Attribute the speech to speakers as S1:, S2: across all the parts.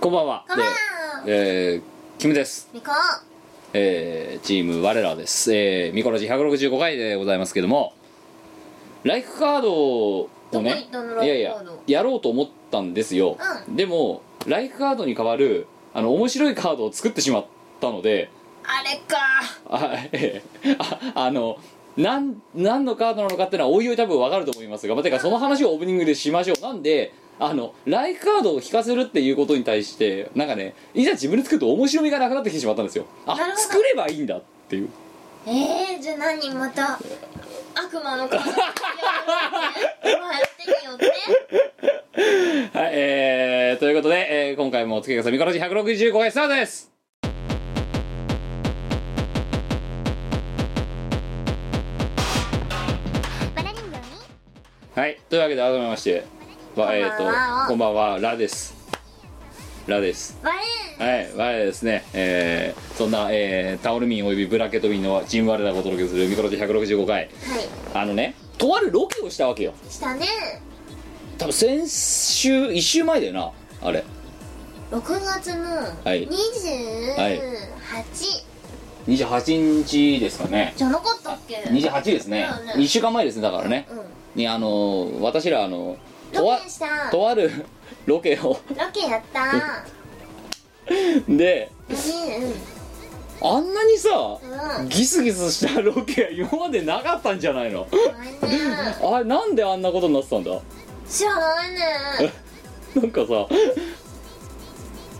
S1: こんばんは
S2: こんばんは
S1: でえー、キムです
S2: みこ
S1: えーチーム我らですえーミコラジ165回でございますけどもライフカードを
S2: どこ行
S1: ね
S2: ったのラ
S1: いや
S2: イ
S1: い
S2: フカ
S1: や
S2: ード
S1: やろうと思ったんですよ、
S2: う
S1: でもライフカードに代わるあの面白いカードを作ってしまったので
S2: あれか
S1: あええああのなん何のカードなのかっていうのはおいおい多分わかると思いますがまあてかその話をオープニングでしましょうなんであのライフカードを引かせるっていうことに対してなんかねいざ自分で作ると面白みがなくなってきてしまったんですよあ
S2: なるほど
S1: 作ればいいんだっていう
S2: えー、じゃあ何また悪魔のカードをやってによって
S1: はいえー、ということで、えー今回もお付けくださいミコラジ165回スタートです
S2: バラ人形に
S1: はいというわけで改めましてわえっ、
S2: こんばんは
S1: とこんばんはラですラです
S2: バレ
S1: はい、我々ですね、えー、そんな、えー、タオルミンおよびブラケットミンのチーム我らがお届けするミコロジ165回
S2: ンは
S1: あのねとあるロケをしたわけよ
S2: いしたね
S1: 多分先週1週前だよなあれ
S2: 6月の
S1: い
S2: 28
S1: 28日ですかね
S2: じゃなかったっけ
S1: 28ですね
S2: そうだね
S1: 1週間前ですねだからね
S2: うん
S1: にあのー私らあのと
S2: ロ
S1: あ
S2: ケしたロ
S1: とあるロケを
S2: ケやった
S1: で
S2: ね
S1: あんなにさ
S2: うんうんごめんね
S1: ギスギスしたロケは今までなかったんじゃないのあれなんであんなことになってたんだ
S2: 知らない ね
S1: なんかさ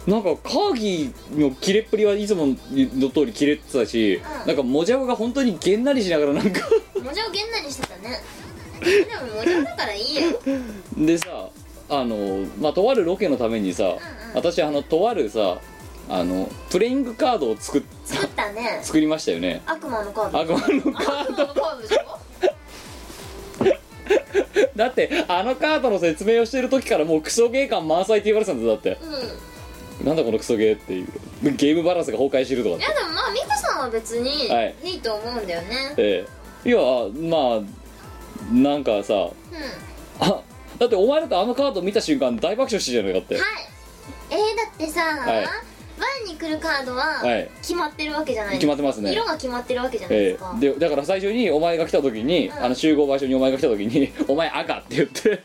S1: なんかカーギーの切れっぷりはいつもの通り切れてたし、
S2: うん
S1: なんかもじゃおが本当にげんなりしながらなんか
S2: もじゃをげんなりしてたねでももじゃだからいいよ
S1: でさあのまあとあるロケのためにさ、私あのとあるさあのプレイングカードを作っ
S2: 作ったね
S1: 作りましたよね
S2: 悪魔のカード
S1: 悪魔のカ
S2: 悪
S1: ー
S2: 魔
S1: ド
S2: のカードでしょ
S1: だってあのカードの説明をしてる時からもうクソゲー感満載って言われてたんだよだって
S2: うんい
S1: なんだこのクソゲーっていうゲームバランスが崩壊してるとかって
S2: やでもまあ美香さんは別に
S1: はい
S2: いいと思うんだよね
S1: ええいやまあなんかさ
S2: うんはい
S1: あだってお前だってあのカード見た瞬間大爆笑してじゃないかって
S2: えー、だってさ
S1: はい
S2: 前に来るカード
S1: は
S2: はい決まってるわけじゃない
S1: 決まってますね
S2: 色が決まってるわけじゃないで
S1: え
S2: すか
S1: えでだから最初にお前が来た時に、
S2: うん
S1: あの集合場所にお前が来た時に 「お前赤」って言って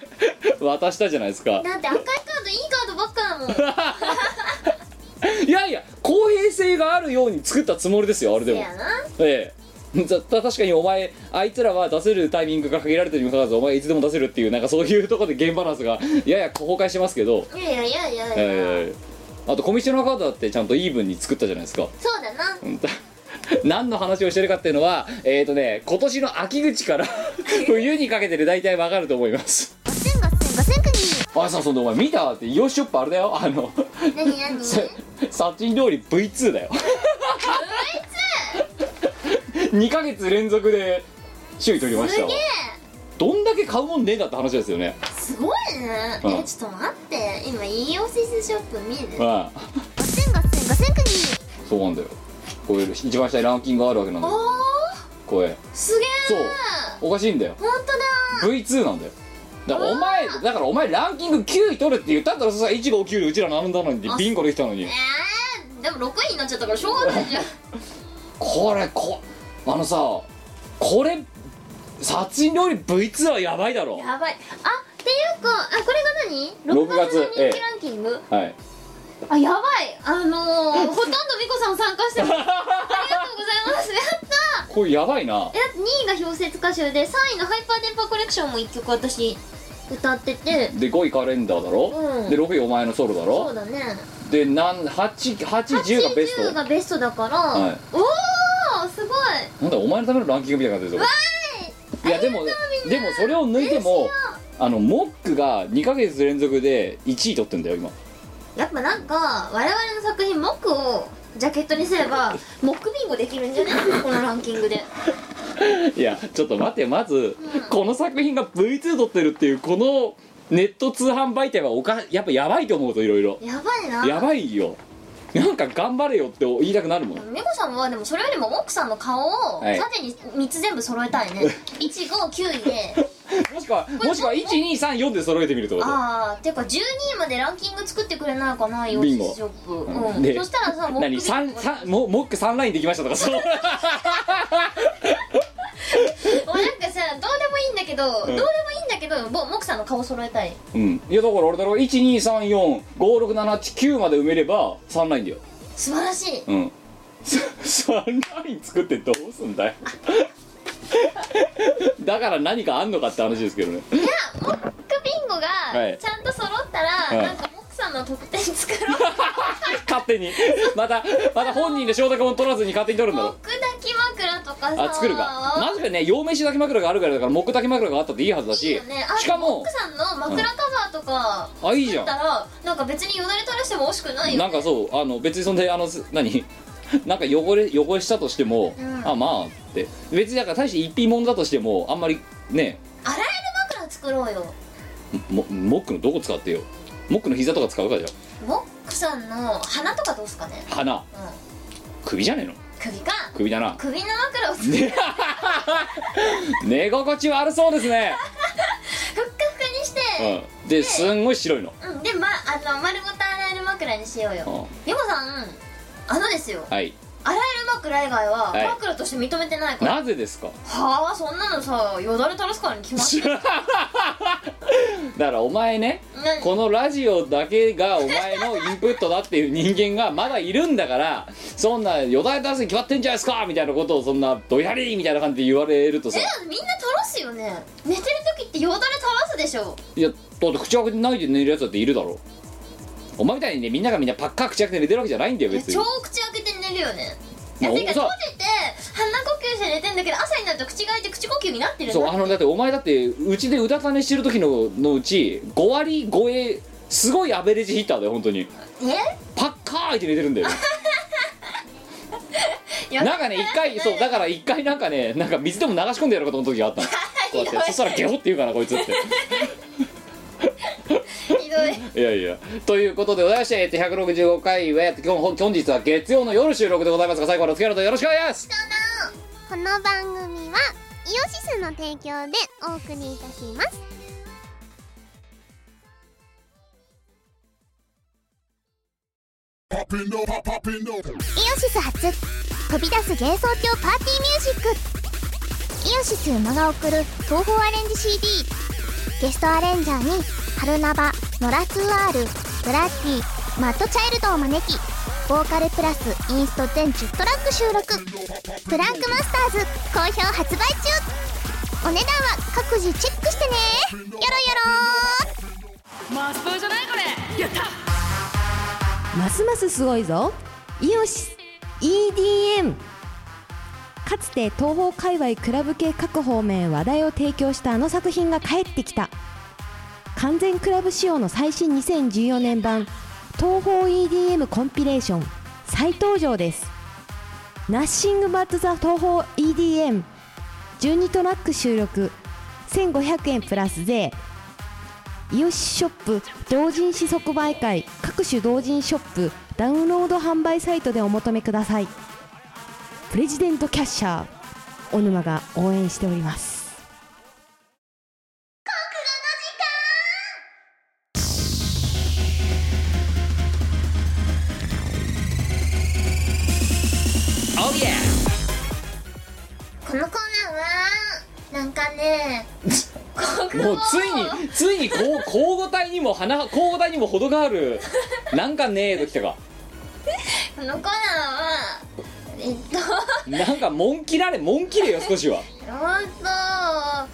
S1: 渡したじゃないですか
S2: だって赤いカードいいカードばっかだもん
S1: いやいや公平性があるように作ったつもりですよあれで
S2: せ
S1: も
S2: やな
S1: ええたた確かにお前あいつらは出せるタイミングが限られてるにもかかわらずお前いつでも出せるっていうなんかそういうところでゲームバランスがやや崩壊してますけど
S2: いやいやいやいやいや、
S1: えーあとコミッショナーカードだってちゃんとイーブンに作ったじゃないですか
S2: そうだな
S1: うん 何の話をしてるかっていうのはえっ、ー、とね今年の秋口から 冬にかけてで大体わかると思います
S2: ガセンガセンガセンクニ
S1: あさそのお前見たってヨショップあれだよあの
S2: 何 何
S1: さ殺人料理 V2 だよ V2!2 ヶ月連続で首位取りまし
S2: す
S1: た
S2: げ
S1: わ
S2: え
S1: どんだけ買うもんねえだって話ですよね
S2: すごいね、
S1: うん
S2: えちょっと待って今 e オシスショップ見る
S1: うん
S2: ガセンガセンガセンクニ
S1: そうなんだよこういう一番下にランキングがあるわけなんだ
S2: お
S1: よ
S2: お
S1: これ
S2: すげえ
S1: そうおかしいんだよ
S2: 本当だ
S1: V2 なんだよだからお前だからお前ランキング9位取るって言ったんだろそさ159でうちら並んだのにビンゴできたのに
S2: えー、でも6位になっちゃったからしょうがないじゃん
S1: これこあのさこれ殺人料理 V2 はやばいだろ
S2: やばいあっていうかあこれが何
S1: 6
S2: 6月の
S1: ええ
S2: 人気ランキング、
S1: はい
S2: あやばいあ のー、ほとんど美子さん参加してますありがとうございますやった
S1: これやばいな
S2: えだって2位が「氷雪歌集」で3位の「ハイパーテンパーコレクション」も1曲私歌ってて
S1: で5位カレンダーだろ、
S2: うん
S1: で6位お前のソロだ
S2: そう
S1: ろ
S2: だね
S1: で810がベス
S2: 80
S1: ト
S2: がベストだから、
S1: はい
S2: おおすごい
S1: なんだお前のためのランキングみたいにな感じでいやでもでもそれを抜いてもあのモックが2ヶ月連続で1位取ってんだよ今
S2: やっぱなんか我々の作品モックをジャケットにすればモックビンゴできる んじゃねこのランキングで
S1: いやちょっと待ってまず、
S2: うん
S1: この作品が V2 撮ってるっていうこのネット通販媒体はおかやっぱやばいと思うといろいろ
S2: やばいな
S1: やばいよなんか頑張れよって言いたくなるもん
S2: 美子さんはでもそれよりもモックさんの顔を
S1: はい
S2: 縦に3つ全部揃えたいね、159位で
S1: もししくはもしくは1234で揃えてみるってこと
S2: ああていうか12位までランキング作ってくれないかな幼
S1: ビ
S2: 稚
S1: ンゴ
S2: ショップ、
S1: うん
S2: うん
S1: で
S2: そしたらさモックビ
S1: 何
S2: ンゴ
S1: 三 三もモック3ラインできましたとかそう
S2: もうなんかさどうでもいいんだけど、どうでもいいんだけどもうモックさんの顔揃えたい
S1: うんいやだから俺だろ123456789まで埋めれば3ラインだよ
S2: 素晴らしい
S1: うん3ライン作ってどうすん だよだから何かあんのかって話ですけどね
S2: モックビンゴが
S1: い
S2: ちゃんと揃ったら、
S1: い
S2: なんかモックさんの特典作ろう
S1: 勝手にまたまた本人で承諾も取らずに勝手に取るんだ
S2: モ
S1: ろ
S2: ック抱き枕とかさ
S1: あ作るかマジかね陽飯抱き枕があるからだから木抱き枕があったっていいはずだ
S2: いい
S1: し
S2: よねあ
S1: しか
S2: モッ
S1: も
S2: クさんの枕カバーとか
S1: あいいじ
S2: 作
S1: ゃん
S2: ったら、なんか別によだれ垂らしても惜しくないよ
S1: なんかそうあの別にそんであのす何なんか汚れ汚れしたとしても、
S2: うん
S1: あまあって別にだから大して一品物だとしてもあんまりね
S2: 洗える枕作ろうよ
S1: もモックのどこ使ってよモックの膝とか使うかじゃん
S2: モックさんの鼻とかどうすかね
S1: 鼻
S2: うん
S1: 首じゃねえの
S2: 首か
S1: 首だ な
S2: 首の枕を作る
S1: ね寝心地悪そうですね、
S2: ふっかふかにして、
S1: うん、ですんごい白いの、
S2: うん、で、ま、あの丸ごと洗える枕にしよう
S1: う
S2: よ
S1: ん、
S2: ヨコさんあのですよ
S1: はい
S2: 洗える枕以外は
S1: はい
S2: 枕として認めてないから
S1: なぜですか
S2: はあそんなのさよだれ垂らすからに決まってる
S1: だからお前ね
S2: 何
S1: このラジオだけがお前のインプットだっていう人間がまだいるんだからそんなよだれ出すに決まってんじゃないですかみたいなことをそんなどやりみたいな感じで言われるとさ
S2: えみんな垂らすよね寝てる時ってよだれ垂らすでしょ
S1: いやだって口開けてないで寝るやつだっているだろお前みたいにねみんながみんなパッカー口開けて寝てるわけじゃないんだよ別に
S2: 超口開けて寝るよねい
S1: まあ
S2: やてか
S1: そう
S2: 閉じて鼻呼吸して寝てんだけど朝になると口が開いて口呼吸になってるんだ
S1: そうあのだってお前だってうちでうだた寝してる時ののうち5割超えすごいアベレージヒッターだよ本当に
S2: え
S1: パッカー開いて寝てるんだよね
S2: よ
S1: なんかね一回そうだから一回なんかねなんか水でも流し込んでやるかと思う時があ ったのこうやってそしたらゲホって言うかなこいつって
S2: ひどい
S1: いやいやということでございまして、えっと、165回は今日本日は月曜の夜収録でございますが最後までお付き合いのとよろしくお願いします
S3: この番組はイオシスの提供でお送りいたしますイオシス初飛び出す幻想郷パーティーミュージックイオシス馬が送る東宝アレンジ CD ゲストアレンジャーに春ナバノラ 2R ブラッディマッドチャイルドを招きボーカルプラスインスト全10トラック収録「プランクマスターズ」好評発売中お値段は各自チェックしてねよろよろー
S4: マスプーじゃないこれやった
S5: ますますすごいぞイオシス EDM かつて東方界隈クラブ系各方面へ話題を提供したあの作品が帰ってきた完全クラブ仕様の最新2014年版東方 EDM コンピレーション再登場です「Nothing But the 東方 EDM」12トラック収録1500円プラス税イオシスショップ同人誌即売会各種同人ショップダウンロード販売サイトでお求めくださいプレジデントキャッシャー小沼が応援しております
S2: このコーナーはなんかね国
S1: も
S2: 語
S1: うついについにこう交互体にも花交互体にも程があるなんかねえときたか
S2: このコーナーはえっと
S1: なんかもん切られもん切れよ少しは
S2: ほんとあ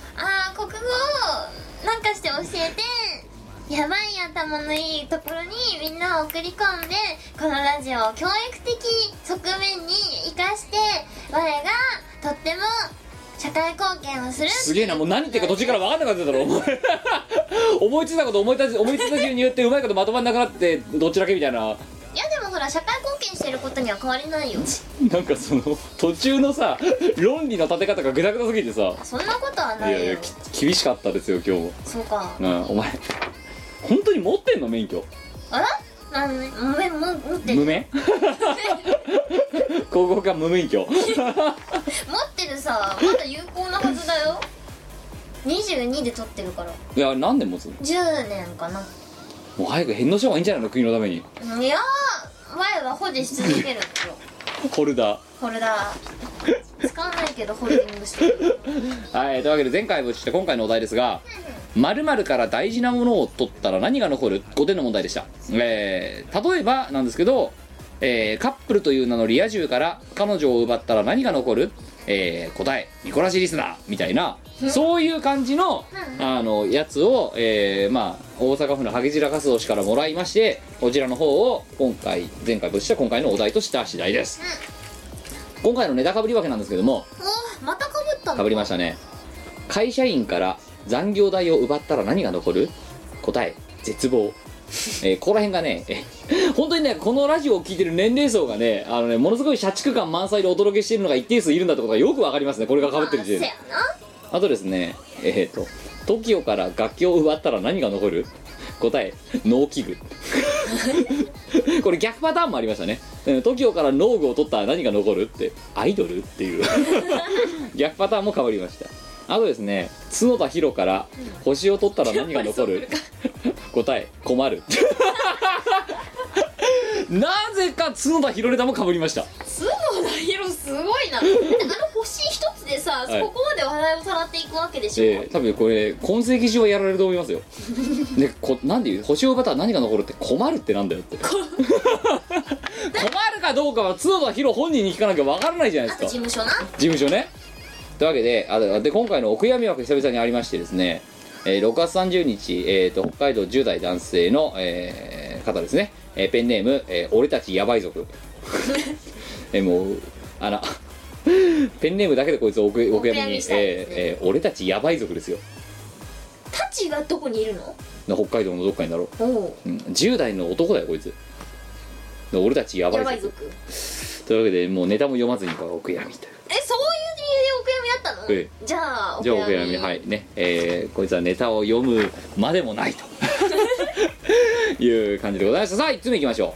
S2: ー国語をなんかして教えてやばい頭のいいところにみんなを送り込んでこのラジオを教育的側面に生かして我がとっても社会貢献をする
S1: すげえなもう何言ってるか途中から分かんなくなってたろお前思いついたこと思いついた思いついた順に言ってうまいことまとまんなくなってどっちだけみたいない
S2: やでもほら社会貢献してることには変わりないよ
S1: なんかその途中のさ論理の立て方がぐだぐだすぎてさ
S2: そんなことはいないよ
S1: やいやき厳しかったですよ今日も
S2: そうか
S1: なあお前本当に持ってんの免許
S2: あらあのねもめも持ってる
S1: 無免高校が無免許
S2: 持ってるさまだ有効なはずだよ22で撮ってるから
S1: いや何年持つの
S2: 10年かな
S1: もう早く返納した方がいいんじゃないの国のために
S2: いやー前は保持し続けるんですよ
S1: ホルダー
S2: ホルダー使わないけどホールディングしてる
S1: はい、というわけで前回もして今回のお題ですが「まるから大事なものを取ったら何が残る?」5点の問題でした、えー例えばなんですけど、えーカップルという名のリア充から彼女を奪ったら何が残る、えー答え「見こらしリスナー」みたいなそういう感じのあのやつを、えーまあ、大阪府の萩白活動氏からもらいましてこちらの方を今回前回して今回のお題とした次第です今回のネタかぶり分けなんですけども
S2: おまたかぶった
S1: か
S2: の
S1: ぶりましたね会社員から残業代を奪ったら何が残る答え絶望えーここら辺がね、え本当にね、このラジオを聞いてる年齢層がね、あのね、ものすごい社畜感満載でお届けしているのが一定数いるんだってことがよくわかりますね、これが被ってる時点
S2: せ
S1: で
S2: や。な
S1: あとですね、えっ、と、TOKIO から楽器を奪ったら何が残る答え、農機具。 これ逆パターンもありましたね。うん TOKIO から農具を取ったら何が残るって、アイドルっていう。 逆パターンも変わりました。あとですね、角田博から星を取ったら何が残る答え、困る。 なぜか角田博ネタも被りました。
S2: 角田博すごいなだってあの星一つでさ、
S1: はい
S2: ここまで話題をさらっていくわけでしょ、
S1: えー多分これ今世紀中はやられると思いますよでこなんで言う星を奪ったら何が残るって困るってなんだよって困るかどうかは角田博本人に聞かなきゃわからないじゃない
S2: あ
S1: です
S2: と
S1: か
S2: 事務所な
S1: 事務所ねというわけであで今回のお悔やみ枠久々にありましてですね、えー6月30日、えー、と北海道10代男性の、えー方ですね、えーペンネーム、えー俺たちヤバい族」 えーもうあの ペンネームだけでこいつをお悔お悔やみに
S2: お悔やみしたいですね
S1: えーえー俺たちヤバい族」ですよ
S2: タチがどこにいるの
S1: な北海道のどっかにだろ
S2: おお
S1: う、うん、10代の男だよこいつで俺たちヤバ
S2: や
S1: い
S2: ばい
S1: ぞ
S2: 族
S1: というわけでもうネタも読まずにこれお悔やみという
S2: えそういう理由でお悔やみだ
S1: え
S2: ったのじゃあ
S1: じゃあお悔やみはいねえー、こいつはネタを読むまでもない という感じでございましたさあ1つ目いきましょ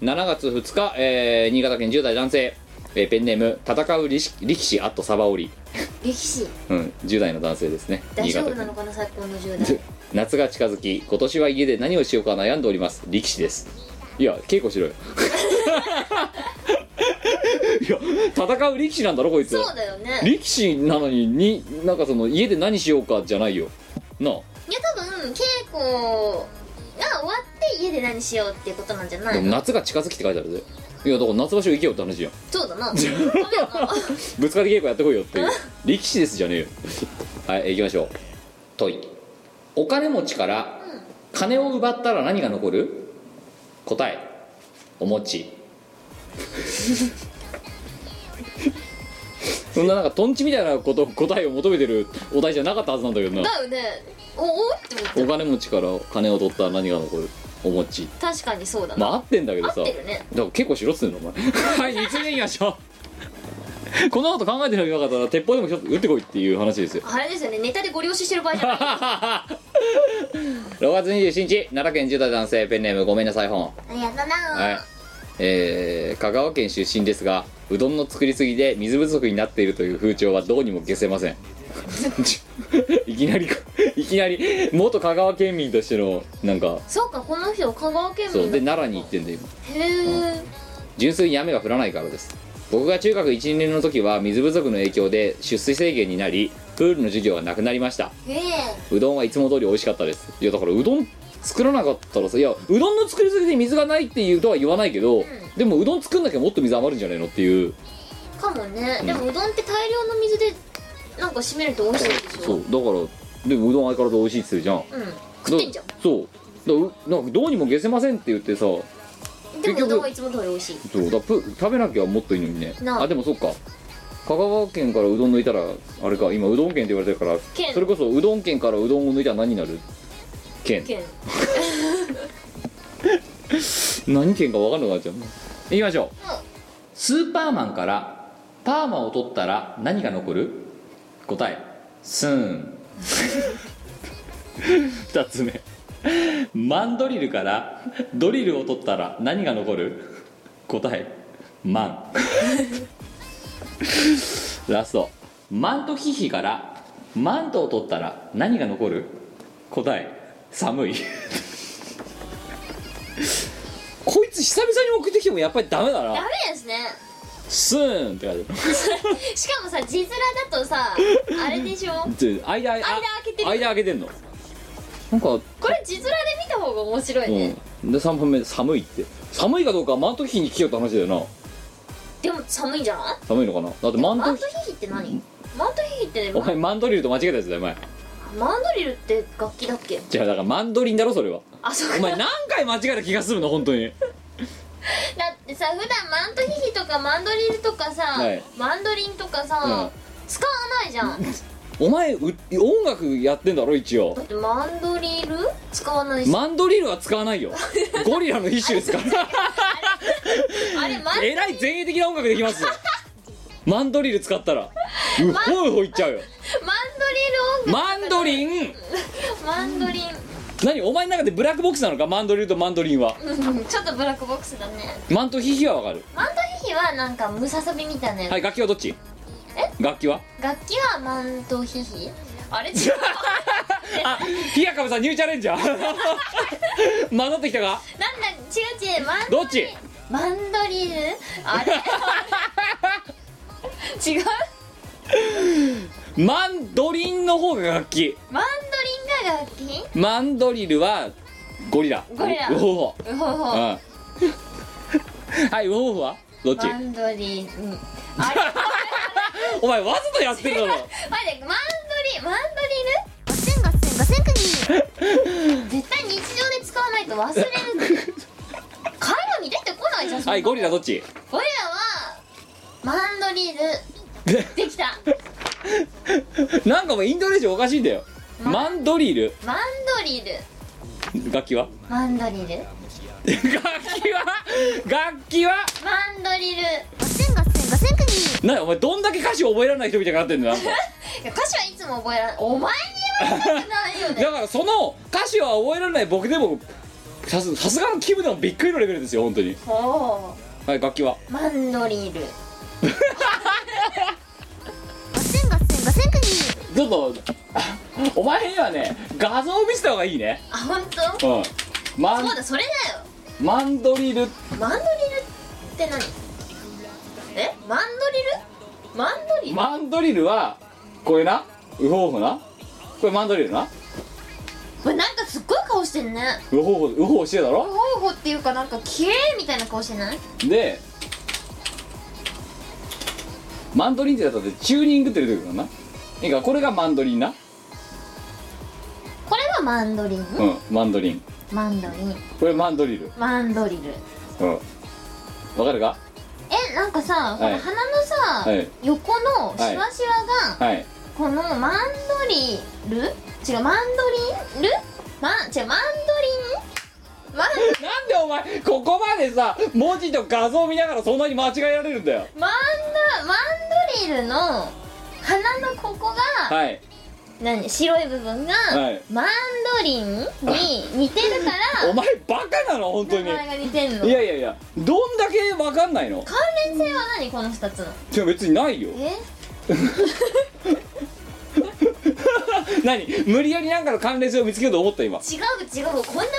S1: う7月2日、えー新潟県10代男性、えーペンネーム戦う力士力士アットサバオリ、
S2: 歴史
S1: うん、10代の男性ですね
S2: 大丈夫
S1: 新
S2: な
S1: 潟県
S2: のかな最高の10
S1: ず
S2: 代
S1: 夏が近づき今年は家で何をしようか悩んでおります力士ですいや稽古し ろよいや戦う力士なんだろこいつ
S2: そうだよね
S1: 力士なのにになんかその家で何しようかじゃないよなあ
S2: いや多分稽古が終わって家で何しようっていうことなんじゃな
S1: で
S2: い
S1: も
S2: の
S1: 夏が近づきって書いてあるぜいやだから夏場所行けよって話じゃん
S2: そう だなごめんな
S1: ぶつかり稽古やってこいよっていう力士ですじゃねえよはい行きましょう問いお金持ちから金を奪ったら何が残る答えお餅 そんななんかとんちみたいなこと答えを求めてるお題じゃなかったはずなんだけどな
S2: だよねおおって思って
S1: お金持ちから金を取ったら何が残るお餅
S2: 確かにそうだな、
S1: まあ合ってんだけどさ
S2: 合ってるね
S1: だから結構しろっつってんのお前 はい2つ目いきましょう こんなこと考えてるよかったら鉄砲でもちょっと撃ってこいっていう話ですよ
S2: あれですよねネタでご了承してる場合じゃない
S1: 6月27日奈良県10代男性ペンネームごめんなさい本
S3: ありがとうな
S1: はいえー香川県出身ですがうどんの作りすぎで水不足になっているという風潮はどうにも消せません いきなりいきなり元香川県民としてのなんか
S2: そうかこの人香川県
S1: そう
S2: 民
S1: で
S2: だ
S1: 奈良に行ってんだよ今
S2: へえ
S1: 純粋に雨が降らないからです僕が中学1年の時は水不足の影響で出水制限になりプールの授業はなくなりました
S2: へえ
S1: うどんはいつも通り美味しかったですいやだからうどん作らなかったらさいやうどんの作りすぎで水がないっていうとは言わないけど、でもうどん作んなきゃもっと水余るんじゃないのっていう
S2: かもねでもうどんって大量の水でなんか締めると美味しいでしょ
S1: そうだからでもうどん相変わらず美味しいっつうじゃん
S2: うん食ってんじゃん
S1: そうだからうなんかどうにも消せませんって言ってさそ
S2: で
S1: 結局
S2: もうどんはいつも通り美味しいう
S1: だからプ食べなきゃもっといいのにね
S2: なあ
S1: あでもそっか香川県からうどん抜いたらあれか今うどん県って言われてるから
S2: 県
S1: それこそうどん県からうどんを抜いたら何になる県
S2: 県
S1: 何県か分かんなくなっちゃういきましょう、スーパーマンからパーマを取ったら何が残る答えスーン 二つ目マンドリルからドリルを取ったら何が残る答え マンラストマントヒヒからマントを取ったら何が残る答え寒いこいつ久々に送ってきてもやっぱりダメだ
S2: ダ
S1: な
S2: メですね
S1: スーンって感じ
S2: しかもさ字面だとさあれでしょ
S1: で間間
S2: 開けてる
S1: 間開けてんのなんか、
S2: これ字面で見た方が面白いね、
S1: うんで3分目寒いって寒いかどうかはマントヒヒに聞けよって話だよな
S2: でも寒いんじゃない
S1: 寒いのかなだってマン
S2: マ
S1: ト
S2: ン
S1: ヒ
S2: トヒヒって何マントヒヒってね
S1: お前マンドリルと間違えたやつだよお前
S2: マンドリルって楽器だっけ
S1: じゃあだからマンドリンだろそれは
S2: あそう
S1: お
S2: か
S1: 前何回間違えた気がするの本当に
S2: だってさ普段マントヒヒとかマンドリルとかさ、
S1: はい
S2: マンドリンとかさ、
S1: うん
S2: 使わないじゃんだ
S1: お前う音楽やってんだろ一応
S2: ってマンドリル使わないし、
S1: マンドリルは使わないよゴリラの一種ですから
S2: あれマン
S1: えらい前衛的な音楽できますよマンドリル使ったらうほいほいっちゃうよ
S2: マンドリル
S1: マン
S2: 音楽
S1: ドリン
S2: マンドリン、
S1: 何お前の中でブラックボックスなのかマンドリルとマンドリンは
S2: うん、ちょっとブラックボックスだね
S1: マントヒヒはわかる
S2: マントヒヒはなんかムササビみたいなやつ、
S1: はい楽器はどっち楽器は
S2: 楽器はマントヒヒあれ違う
S1: あヒヤカブさんニューチャレンジャー 混ざってきたか
S2: なんだ違う違うマン
S1: どっち
S2: マンドリル あれ違う
S1: マンドリンの方が楽器
S2: マンドリンが楽器
S1: マンドリルはゴリラ
S2: ゴリラ
S1: ウホホ
S2: うほう
S1: うん
S2: ほう
S1: はいウホホはどっち
S2: マンドリンうん あれ
S1: お前わざとやってるだろ
S2: 待ってマンドリンマンド
S3: ガセンガセンガセンクニー
S2: リル絶対日常で使わないと忘れる会話に出てこないじゃんそんな
S1: はいゴリラどっち
S2: ゴリラはマンドリル できた
S1: なんかもうインドネシアおかしいんだよマンドリル
S2: マンドリル
S1: 楽器は
S2: マンドリル
S1: 楽器は楽器は
S2: マンドリル
S3: ガセンガセンガセンクニー
S1: なにお前どんだけ歌詞覚えられない人みたいになってんだよなん か
S2: いや歌詞はいつも覚えられお前に言われたくない よね
S1: だからその歌詞は覚えられない僕でもさすさすがのキムでもびっくりのレベルですよ本当に
S2: お
S1: はい楽器は
S2: ーマンドリル
S3: ガセンガセンガセンクニー
S1: ちょっと あお前にはね画像を見せた方がいいね
S2: あ本当
S1: うんマン
S2: そうだそれだよ
S1: マンドリル
S2: マンドリルって何えマンドリルマンドリル、
S1: マンドリルはこれなウホウホなこれマンドリルな
S2: これなんかすっごい顔してんね
S1: ウホウホウホウホしてるだろ
S2: ホウホっていうかなんか綺麗みたいな顔してない
S1: でマンドリンってやったってチューニングって出てくるからないいかこれがマンドリンな
S2: これはマンドリン
S1: うんマンドリン
S2: マンドリン
S1: これマンドリル
S2: マンドリ
S1: う
S2: ル
S1: んわかるか
S2: えなんか
S1: は
S2: さ、
S1: い
S2: この鼻のさ、
S1: はい
S2: 横のシワシワが、
S1: はい
S2: このマンドリル違うマンドリンルマン違うマンドリンマ
S1: な
S2: ン
S1: んでお前ここまでさ文字と画像見ながらそんなに間違えられるんだよ
S2: マンドマンドリルの鼻のここが、
S1: はい
S2: 何白い部分が、
S1: はい
S2: マンドリンに似てるか
S1: お
S2: ら
S1: 前バカなの本当
S2: 名
S1: に
S2: 前が似てんの
S1: いやいやいやどんだけわかんないの
S2: 関連性は何この2つの
S1: いや別にないよ
S2: え
S1: 何無理やりなんかの関連性を見つけようと思った今
S2: 違う違うこんだけ名前が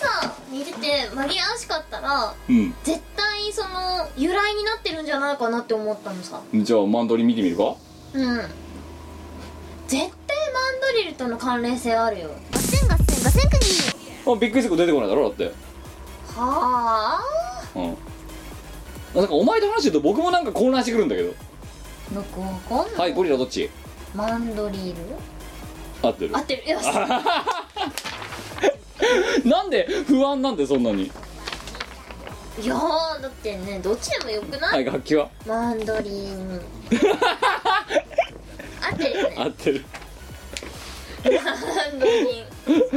S2: さ似てて紛らわしかったら
S1: うん
S2: 絶対その由来になってるんじゃないかなって思ったのさ
S1: じゃあマンドリン見てみるか
S2: うん絶対マンドリルとの関連性あるよ
S3: ガセンガセンガセンクニー
S1: あびっくりすること出てこないだろだって
S2: はあ
S1: うんなんかお前と話してると僕もなんか混乱してくるんだけど
S2: よくわかんない、
S1: はいゴリラどっち
S2: マンドリル
S1: 合ってる
S2: 合ってるよし
S1: なんで不安なんでそんなに
S2: いやーだってねどっちでもよくない、
S1: はい楽器は
S2: マンドリ ン合ってるよね
S1: 合ってる
S2: マンドリ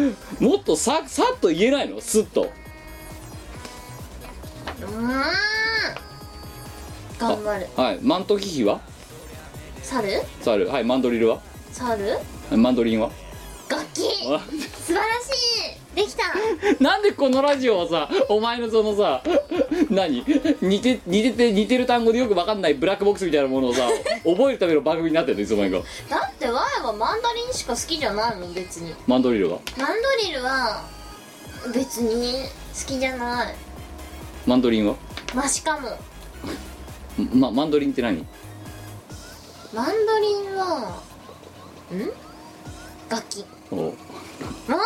S2: ン
S1: もっとささっと言えないのスッと
S2: うーん頑張る
S1: あはいマントヒヒは
S2: 猿
S1: 猿はいマンドリルは
S2: 猿
S1: マンドリンは
S2: 楽器素晴らしいできた
S1: なんでこのラジオはさお前のそのさ何似て似てて似てる単語でよくわかんないブラックボックスみたいなものをさ覚えるための番組になってるのいつの間にか
S2: だってワイはマンダリンしか好きじゃないもん別に
S1: マンドリルが
S2: マンドリルは別に好きじゃない
S1: マンドリンは
S2: まあしかも
S1: まマンドリンって何
S2: マンドリンはん楽器
S1: おう
S2: もう間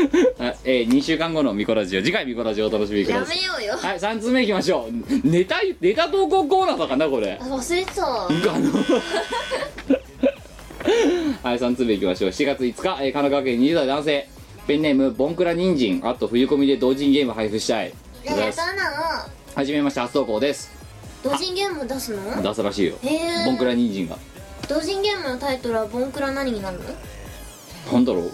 S2: 違いない ね
S1: あえー、2週間後のミコラジオ次回ミコラジオお楽しみく
S2: や
S1: ださ
S2: め
S1: い
S2: ようよ
S1: はい3つ目いきましょうネタネタ投稿コーナーだかなこれ
S2: あ忘れてたわ
S1: あの はい3つ目いきましょう7月5日、えー神奈川県20代男性ペンネームボンクラ人参あと冬コミで同人ゲーム配布したい
S2: でやったなの
S1: はじめまして初投稿です
S2: 同人ゲーム出すの
S1: 出すらしいよ
S2: へえ
S1: ボンクラ人参が
S2: 同人ゲームのタイトルはボンクラ何になるの
S1: なんだろう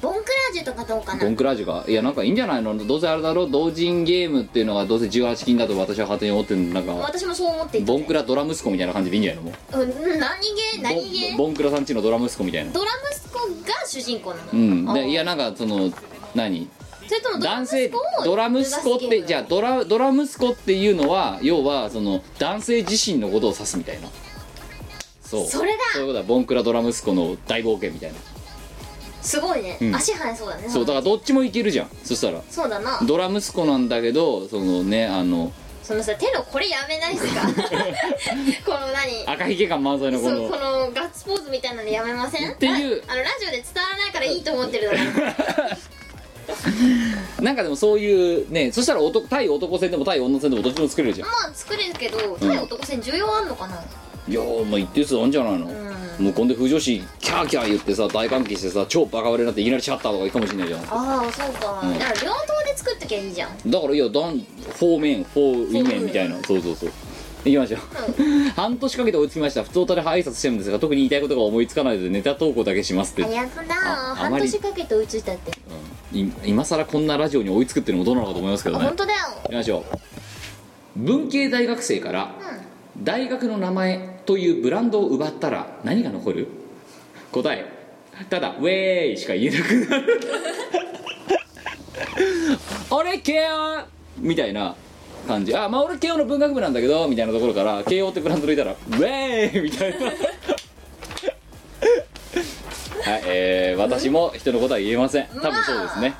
S2: ボンクラージュとかどうかな
S1: ボンクラージュかいやなんかいいんじゃないのどうせあれだろ同人ゲームっていうのがどうせ18禁だと私は勝手に思ってるなんか
S2: 私もそう思っていて
S1: ボンクラドラ息子みたいな感じでいいんじゃないのもう
S2: うんうん何ゲー何ゲー
S1: ボンボンクラさんちのドラ息子みたいな
S2: ドラ息子が主人公なの
S1: うん
S2: あー
S1: でいやなんかその何
S2: それともドラ
S1: 男
S2: 息
S1: 性
S2: 子を
S1: ドラ息子ってじゃあドラドラ息子っていうのは要はその男性自身のことを指すみたいなそう
S2: それだ
S1: そういうことだボンクラドラ息子の大冒険みたいな
S2: すごいね、
S1: うん
S2: 足速そうだね
S1: そうだからどっちもいけるじゃんそしたら
S2: そうだな
S1: ドラ息子なんだけどそのねあの
S2: そのさ手のこれやめないっす かこの何
S1: 赤ひげ感満載のこ
S2: そうこ
S1: の
S2: のガッツポーズみたいなのやめません
S1: っていう
S2: ああのラジオで伝わらないからいいと思ってるだろ
S1: なんかでもそういうねそしたら男対男戦でも対女戦でもどっちも作れるじゃん
S2: まあ作れるけど対男戦重要あんのかな、
S1: いやーまあ一定数あんじゃないの、
S2: ん
S1: もうこんで不女子キャーキャー言ってさ大歓喜してさ超バカ売れになっていきなりシャッターとかいくかもしれないじゃん
S2: ああそうか、
S1: うん
S2: だから両党で作っときゃいいじゃん
S1: だからいやダンフォーメンフォーウィメンみたいなそうそうそういきましょう、半年かけて追いつきました普通おたで挨拶してるんですが特に言いたいことが思いつかないのでネタ投稿だけしますって、
S2: あやった
S1: あ
S2: な
S1: あ
S2: 半
S1: まり
S2: 年かけて追いついたって
S1: い今更こんなラジオに追いつくっていうのもどうなのかと思いますけ
S2: あ
S1: どね
S2: 本当だよ
S1: いきましょう文系大学生から大学の名前というブランドを奪ったら何が残る答えただ「ウェーイ!」しか言えなくなる俺慶応みたいな感じあまあ俺慶応の文学部なんだけどみたいなところから慶応ってブランドでいたら「ウェーイ!」みたいなはいえー、私も人のことは言えません多分そうですね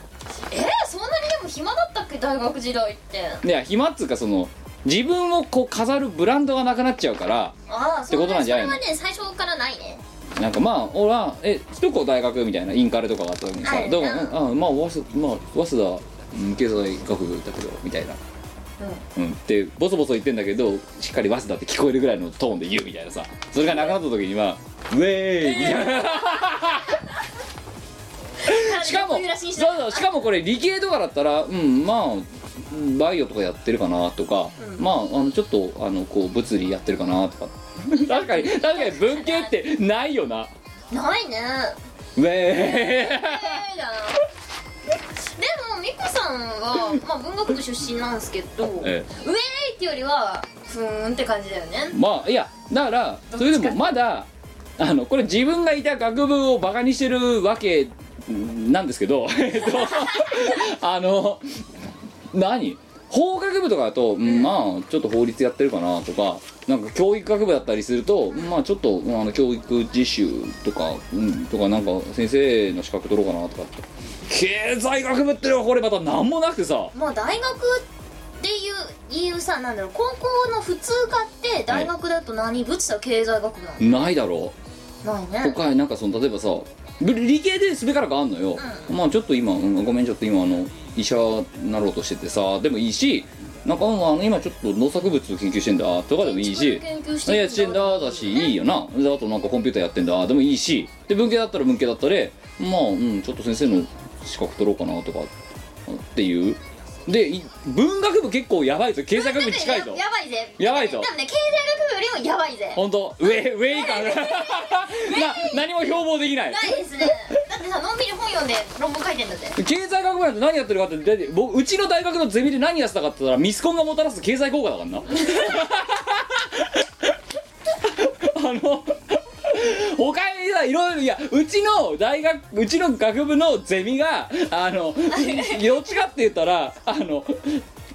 S2: えー、そんなにでも暇だったっけ大学時代って
S1: いや暇っつうかその自分をこう飾るブランドがなくなっちゃうから
S2: ああ
S1: てことなんじゃないの
S2: それはね最初からないね
S1: なんかまあ俺は「えどこ大学?」みたいなインカレとかがあった時にさ
S2: は
S1: 「
S2: い
S1: どうも
S2: うん
S1: うんあまあ早稲まあ早稲田うん経済学部だけど」みたいな。うんってボソボソ言ってんだけどしっかり早稲田って聞こえるぐらいのトーンで言うみたいなさそれがなくなった時には「ウェーイ!」みたいなしかも
S2: 体が揺らしにしな
S1: そうそうしかもこれ理系とかだったらうんまあバイオとかやってるかなとか、まああのちょっとあのこう物理やってるかなとか 確かに確かに文系ってないよな
S2: ないね
S1: ウェーイ
S2: ええだなでも美子さんは、まあ、文学部出身なんですけど、
S1: え
S2: ウェーイってよりはふーんって感じだよね
S1: まあいやだからそれでもまだあのこれ自分がいた学部をバカにしてるわけなんですけど えっとあの何法学部とかだと、うんまあちょっと法律やってるかなとかなんか教育学部だったりすると、まあちょっと、うんあの教育実習とか、うん、とかなんか先生の資格取ろうかなとかって経済学部ってのはこれまた何もなくてさ
S2: まあ大学っていういうさなんだろう高校の普通科って大学だと何ぶつた経済学部な
S1: ないだろう
S2: のないね
S1: 他になんかその例えばさぶ理系ですべからかあんのよ、まあちょっと今、うんごめんちょっと今あの医者になろうとしててさでもいいしなんか、うんあの今ちょっと農作物研究してんだとかでもいいし
S2: 建築の研究して
S1: い
S2: る
S1: やしてんだだしいいよなであとなんかコンピューターやってんだでもいいしで文系だったら文系だったでまあうんちょっと先生の資格取ろうかなとかっていうでい文学部結構やばいぞ経済学部近いぞ
S2: ややばいぜ
S1: やばいぞ
S2: 多分ね経済学部よりもやばいぜ
S1: 本当ウェイウェ イ感がな何も標榜できない
S2: ないですねだってさのんびり本読んで論文書いてんだぜ
S1: 経済学部なんて何やってるかってだって僕うちの大学のゼミで何やってたかって言ったらミスコンがもたらす経済効果だからなあの他以外がいろいろいやうちの大学うちの学部のゼミがあ のどっちかって言ったらあの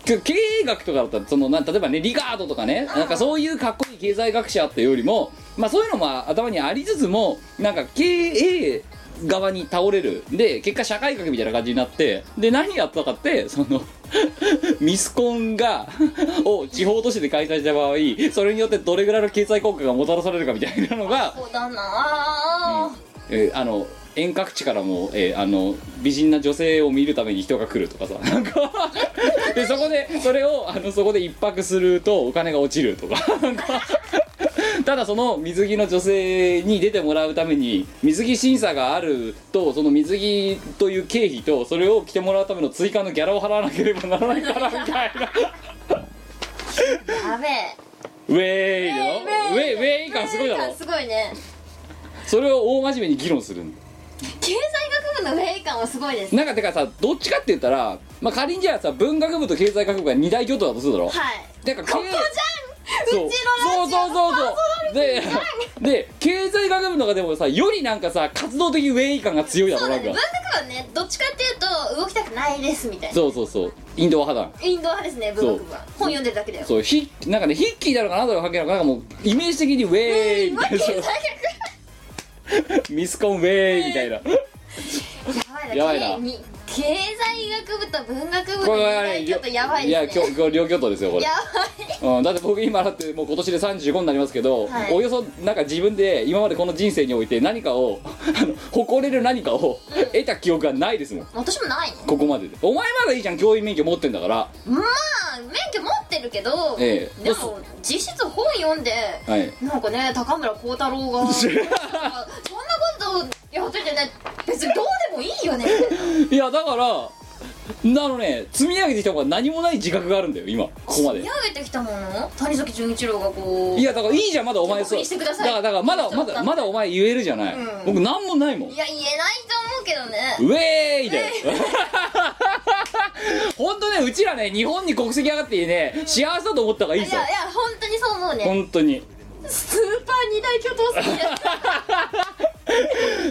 S1: 経経営学とかだったらそのなん例えばねリガードとかねなんかそういうかっこいい経済学者っていうよりもまあそういうのも頭にありつつもなんか経営側に倒れるで結果社会学みたいな感じになってで何やったかってその ミスコンがを地方都市で開催した場合それによってどれぐらいの経済効果がもたらされるかみたいなのが
S2: そうだなぁ
S1: えーあの遠隔地からも、えーあの美人な女性を見るために人が来るとかさなんかでそこでそれをあのそこで一泊するとお金が落ちるとかなんかただその水着の女性に出てもらうために水着審査があるとその水着という経費とそれを着てもらうための追加のギャラを払わなければならないからみたいな
S2: やべえ
S1: ウェーイだろウェイウェイ感すごいだ
S2: ウェイ
S1: ろ
S2: 感すごいね
S1: それを大真面目に議論するんだ
S2: 経済学部のウェイ感はすごいです
S1: なんかてかさどっちかって言ったら、まあ、仮にじゃあさ文学部と経済学部が二大巨頭だとするだろ、
S2: はい
S1: てか
S2: ここじゃん
S1: そうう
S2: ちのラジオ
S1: そうそうそう
S2: パーソ
S1: そうでで経済学部の中でもさよりなんかさ活動的ウェイ感が強いだ
S2: そ
S1: ろ
S2: う
S1: な
S2: だ
S1: ん
S2: ね文
S1: か
S2: 学部はねどっちかっていうと動きたくないですみたいな
S1: そうそうそうインドア派だ
S2: インド派ですね文学部は本読んでるだけだよ
S1: そうヒッなんかねヒッキーだろうかなんだろうかけなのかなんかもうイメージ的にウェイみたいな
S2: 経済
S1: そう ミスコンウェイみた いな
S2: 学
S1: や
S2: や
S1: ば
S2: ば
S1: い
S2: い
S1: な
S2: な経に経済学部と文学部の
S1: これ
S2: 問
S1: はね
S2: 題ちょっとやばい
S1: い
S2: で
S1: や
S2: すね
S1: 今日両巨頭ですよこれ
S2: や
S1: うん、だって僕今だってもう今年で35になりますけど、
S2: はい
S1: およそなんか自分で今までこの人生において何かを あの誇れる何かを得た記憶がないですもん
S2: ばい私もないね
S1: ここまででお前まだいいじゃん教員免許持ってんだから
S2: まあ免許持ってるけど、
S1: ええ
S2: でも実質本読んで、
S1: はい
S2: なんかね高村光太郎 がなんかそんなことやっててね別にどうでもいいよね
S1: いやだからあのね積み上げてきた方が何もない自覚があるんだよ今ここまで
S2: 見上げてきたもの谷崎潤一郎がこう
S1: い
S2: い
S1: やだからいいじゃんまだお前
S2: 黙秘してください
S1: からだからまだまだまだお前言えるじゃない、
S2: うん
S1: 僕何もないもん
S2: や言えないと思うけどね
S1: ウェーイだよ ほんとねうちらね日本に国籍上がってね幸せだと思った方がいい
S2: い
S1: ぞ
S2: やいや本当にそう思うね
S1: 本当に
S2: スーパー二大巨頭好きです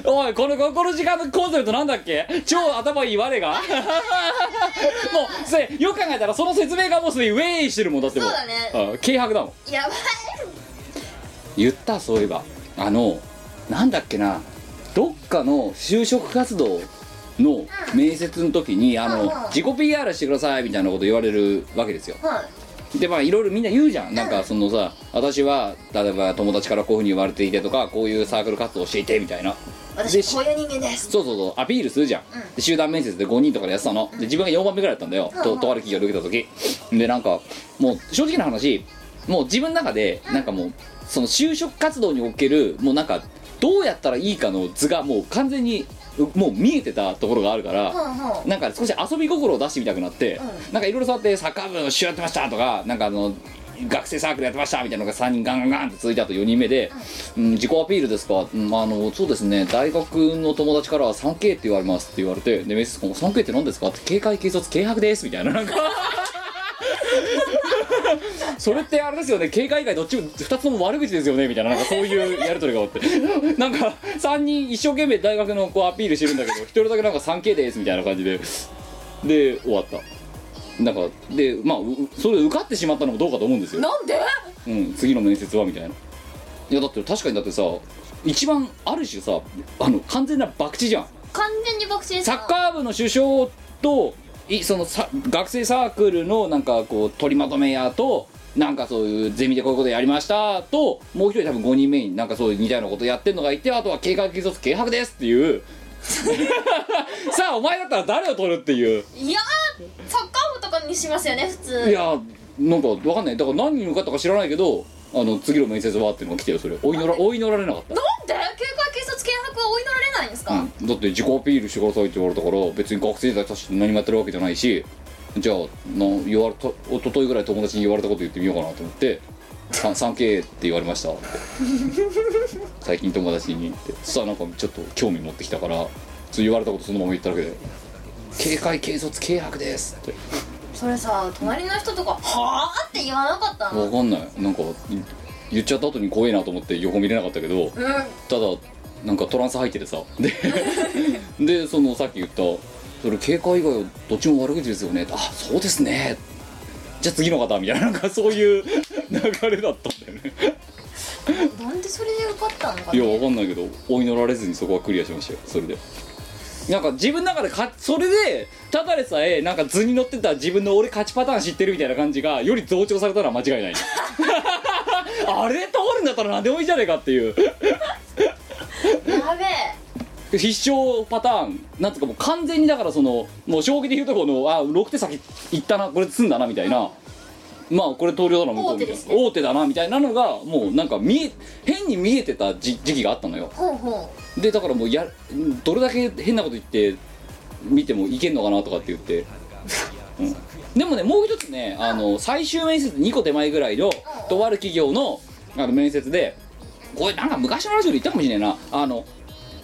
S1: おいこのここの時間のコンセプトなんだっけ超頭いい我 がもうそれよく考えたらその説明がもうすでにウェイしてるもんだっても
S2: そうだね
S1: あ軽薄だもん
S2: やばい
S1: 言ったそういえばあのなんだっけなどっかの就職活動の面接の時に、あの、
S2: うんうん
S1: 自己 PR してくださいみたいなこと言われるわけですよ
S2: はい
S1: でまあいろいろみんな言うじゃんなんかそのさ私は例えば友達からこういうふうに言われていてとかこういうサークル活動をしていてみたいなで
S2: 私こういう人間です
S1: そうそうそうアピールするじゃん、
S2: うん
S1: で集団面接で5人とかでやってたので自分が4番目ぐらいだったんだよ、ととある企業で受けた時でなんかもう正直な話もう自分の中でなんかもうその就職活動におけるもうなんかどうやったらいいかの図がもう完全にうもう見えてたところがあるから、
S2: うんうん
S1: なんか少し遊び心を出してみたくなって、なんかいろいろそうやってサッカー部の主やってましたとかなんかあの学生サークルやってましたみたいなのが3人ガンガンガンって続いたと4人目で、うん、自己アピールですか、うん、あのそうですね大学の友達からは 3K って言われますって言われてでメスコン 3K って何ですかって警戒警察軽薄ですみたいななんかそれってあれですよね警戒以外どっちも2つとも悪口ですよねみたいななんかそういうやり取りがあってなんか3人一生懸命大学のこうアピールしてるんだけど1人だけなんか 3K ですみたいな感じでで終わったなんかでまあうそれで受かってしまったのもどうかと思うんですよ、
S2: なんで
S1: うん、次の面接はみたいないやだって確かにだってさ一番ある種さあの完全な博打じゃん
S2: 完全に僕チ
S1: サッカー部の首相といそのさ学生サークルのなんかこう取りまとめ屋となんかそういうゼミでこういうことやりましたともう一人多分5人目になんかそういう似たようなことやってんのがいてあとは計画警察軽薄ですっていうさあお前だったら誰を取るっていう
S2: いやーサッカー部とかにしますよね普通
S1: いやなんかわかんないだから何人受かったか知らないけどあの次の面接はっていうのが来てよそれお祈らお祈られなかっ
S2: なんで警戒警察軽薄は追い乗られないんです
S1: た、
S2: か、
S1: うんだって自己アピールしてくださいって言われたから別に学生時代確かに何もやってるわけじゃないしじゃあな言われた一昨日ぐらい友達に言われたこと言ってみようかなと思って「さ 3K」って言われま したって最近友達にってそしたらなんかちょっと興味持ってきたからそう言われたことそのまま言っただけで「警戒軽率軽薄です」って
S2: それさ隣の人とか「はあ?」って言わなかったの
S1: わかんないなんかい言っちゃった後に怖いなと思って横見れなかったけど
S2: うん
S1: ただなんかトランス入っててさで でそのさっき言った「それ警戒以外はどっちも悪口ですよね」あそうですね」じゃあ次の方みたいななんかそういう流れだったんだよね
S2: なんでそれで受かったのか
S1: い
S2: ね
S1: やわかんないけどお祈られずにそこはクリアしましたよそれでなんか自分の中でかそれでただでさえなんか図に乗ってた自分の俺勝ちパターン知ってるみたいな感じがより増長されたのは間違い ないあれ通るんだったら何でもいいじゃねえかっていう
S2: やべえ
S1: 必勝パターンなんとかもう完全にだからそのもう将棋で言うとこのあ6手先行ったなこれ詰んだなみたいな、まあこれ投了だな向こうみたいな
S2: 大手ですね
S1: 大手だなみたいなのがもうなんか見え変に見えてた時時期があったのよ
S2: ほうほ
S1: でだからもうやどれだけ変なこと言って見てもいけんのかなとかって言って、うんでもねもう一つねあの最終面接2個手前ぐらいのとある企業のあの面接でこれなんか昔のラジオで言ったかもしれないなあの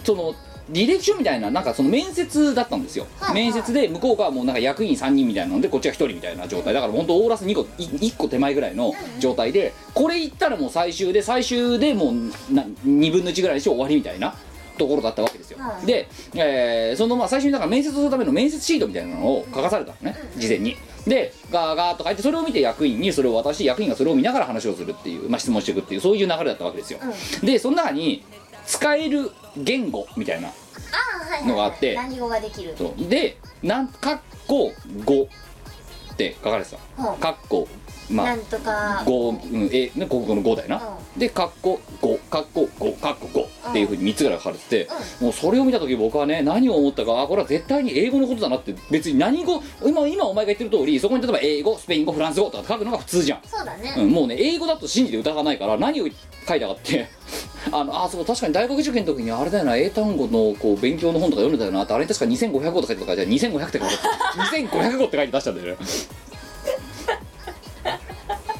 S1: その履歴書みたいななんかその面接だったんですよ、
S2: はいはい
S1: 面接で向こうがもうなんか役員3人みたいなのでこっちが1人みたいな状態だから本当オーラス2個1個手前ぐらいの状態でこれいったらもう最終で最終でもうな2分の1ぐらいでしょ終わりみたいなところだったわけですよ、
S2: はい
S1: で、えーそのまあ最初にだから面接をするための面接シートみたいなのを書かされたのね事前にでガーガーっと書いてそれを見て役員にそれを渡し役員がそれを見ながら話をするっていう、まあ、質問していくっていうそういう流れだったわけですよ、でその中に使える言語みたいな
S2: うああはいはい、はい、
S1: のがあって
S2: 何語ができる
S1: そうでなんかっこ5って書かれてた
S2: ほう
S1: かっこま
S2: な
S1: あ
S2: んとか
S1: 五うん、えね国語の5だよな、でかっこ5かっこ5かっこ5っていうふうに3つぐらい書かれてて、もうそれを見た時僕はね何を思ったかあこれは絶対に英語のことだなって別に何語今今お前が言ってる通りそこに例えば英語スペイン語フランス語とか書くのが普通じゃん
S2: そうだね、
S1: うん、もうね英語だと信じて疑わないから何を書いたかって あのあそう確かに大学受験の時にあれだよな英単語のこう勉強の本とか読んでたよなってあれに確か2500語とか書いてたからじゃあ2500って書いてあった2500語って書いて出したんだよね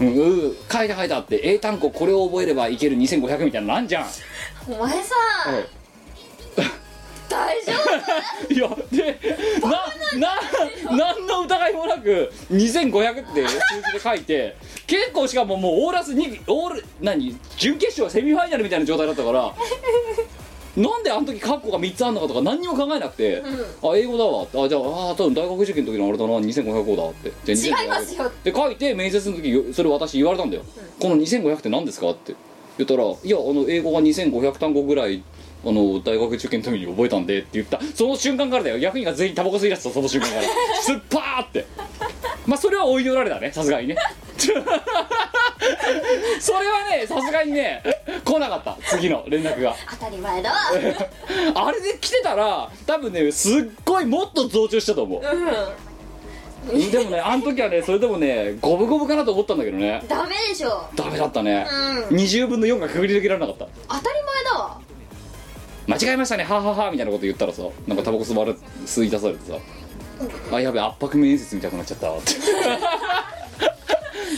S1: うんうん書いた書いたって英単語これを覚えればいける2500みたいなのあんじゃん、
S2: お前さ、大丈夫
S1: いやでなな何の疑いもなく2500って数字で書いて結構しかももうオーラスにオール何準決勝セミファイナルみたいな状態だったからなんであの時カッコが3つあんのかとか何にも考えなくて、あ英語だわってあじゃああー多分大学受験の時のあれだな2500語だってじゃあ
S2: 違いますよ
S1: で書いて面接の時よそれ私言われたんだよ、この2500って何ですかって言ったら「いやあの英語が2500単語ぐらいあの大学受験の時に覚えたんで」って言ったその瞬間からだよ役員が全員タバコ吸い出したその瞬間 からすっぱーってまあそれは追い寄られたねさすが にねそれはねさすがにね来なかった次の連絡が
S2: 当たり前だわ
S1: あれで来てたら多分ねすっごいもっと増長したと思うでもねあの時はねそれでもね五分五分かなと思ったんだけどね
S2: ダメでしょ
S1: ダメだったね、
S2: うん
S1: 20分の4がくぐり抜けられなかった
S2: 当たり前だわ
S1: 間違えましたねはははみたいなこと言ったらさなんかタバコ吸われ吸い出されてさあやべ圧迫面接みたいになっちゃったって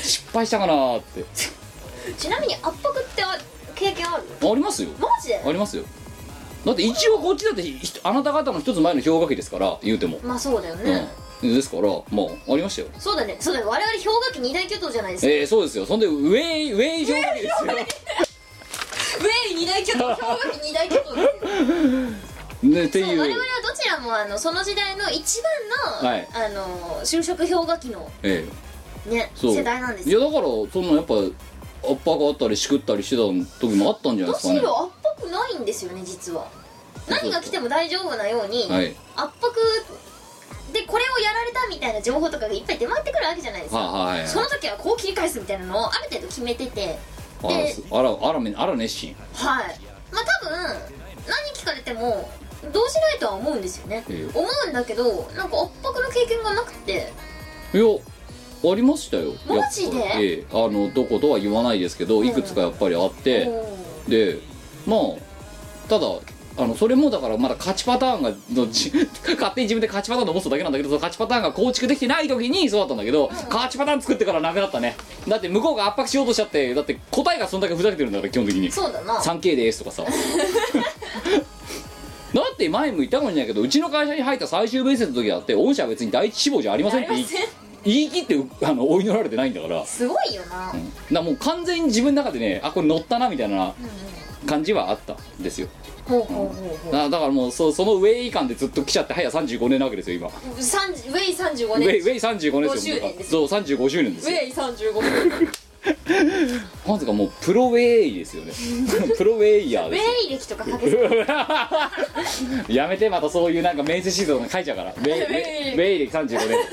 S1: 失敗したかなって
S2: ちなみに圧迫ってあ経験ある
S1: ありますよ
S2: マジで
S1: ありますよだって一応こっちだってひあなた方の一つ前の氷河期ですから言うても
S2: まあそうだよね、
S1: うんですからまあありましたよ
S2: そうだねそうだね我々氷河期二大巨頭じゃないですか
S1: えー、そうですよそんでウェイウェイ氷河期ですよ
S2: ウェイ二大巨頭 氷河期二大巨頭ですよ
S1: ねって
S2: そう我
S1: い
S2: 々
S1: う
S2: はどちらもあのその時代の一番の、
S1: はい
S2: あの就職氷河期の
S1: ええ
S2: ね
S1: そう
S2: 世代なんです
S1: い
S2: よ
S1: やだからそんなやっぱアッパーがあったりしくったりしてた時もあったんじゃない
S2: む
S1: ですか
S2: し
S1: ね
S2: ろ圧迫ないんですよね実は何が来ても大丈夫なように、
S1: はい
S2: 圧迫でこれをやられたみたいな情報とかがいっぱい出回ってくるわけじゃないですか、
S1: はいはいはい
S2: その時はこう切り返すみたいなのをある程度決めてて
S1: あらすあらあらめあら熱心、
S2: はいまあ多分何聞かれてもどうしないとは思うんですよね、
S1: ええ
S2: 思うんだけどなんか圧迫の経験がなくて
S1: いやありましたよ
S2: マジで
S1: やっぱりええあのどことは言わないですけどいくつかやっぱりあって、
S2: う
S1: でまあただあのそれもだからまだ勝ちパターンがのじ 勝手に自分で勝ちパターンを持つだけなんだけどその勝ちパターンが構築できてない時にそうだったんだけど、勝ちパターン作ってからなくなったねだって向こうが圧迫しようとしちゃってだって答えがそんだけふざけてるんだから基本的に
S2: そうだな
S1: 3K です とかさだって前も言ったかもしれないけどうちの会社に入った最終面接の時だって御社は別に第一志望じゃありませんって言い
S2: ありま
S1: 言い切ってうあの追い乗られてないんだからだか
S2: すごいよな、
S1: らもう完全に自分の中でねあこれ乗ったなみたいな感じはあったんですよ
S2: ほうほうほうほう
S1: だだからもうそそのウェイ感でずっと来ちゃって早35年なわけですよ今
S2: 30ウェイ35
S1: ウェイ
S2: 年
S1: ウェイ35年ですよ
S2: 5周
S1: 僕
S2: 年
S1: は
S2: です
S1: そう35周年で
S2: ウ
S1: すよ
S2: ェイ35年
S1: なんとかもうプロウェイですよ ねプロウェイヤー
S2: ウ
S1: で
S2: ェ
S1: すよ
S2: イ歴とかかけて
S1: やめてまたそういうなんか面接シートが書いちゃうからウ ェイウェイウェイ歴35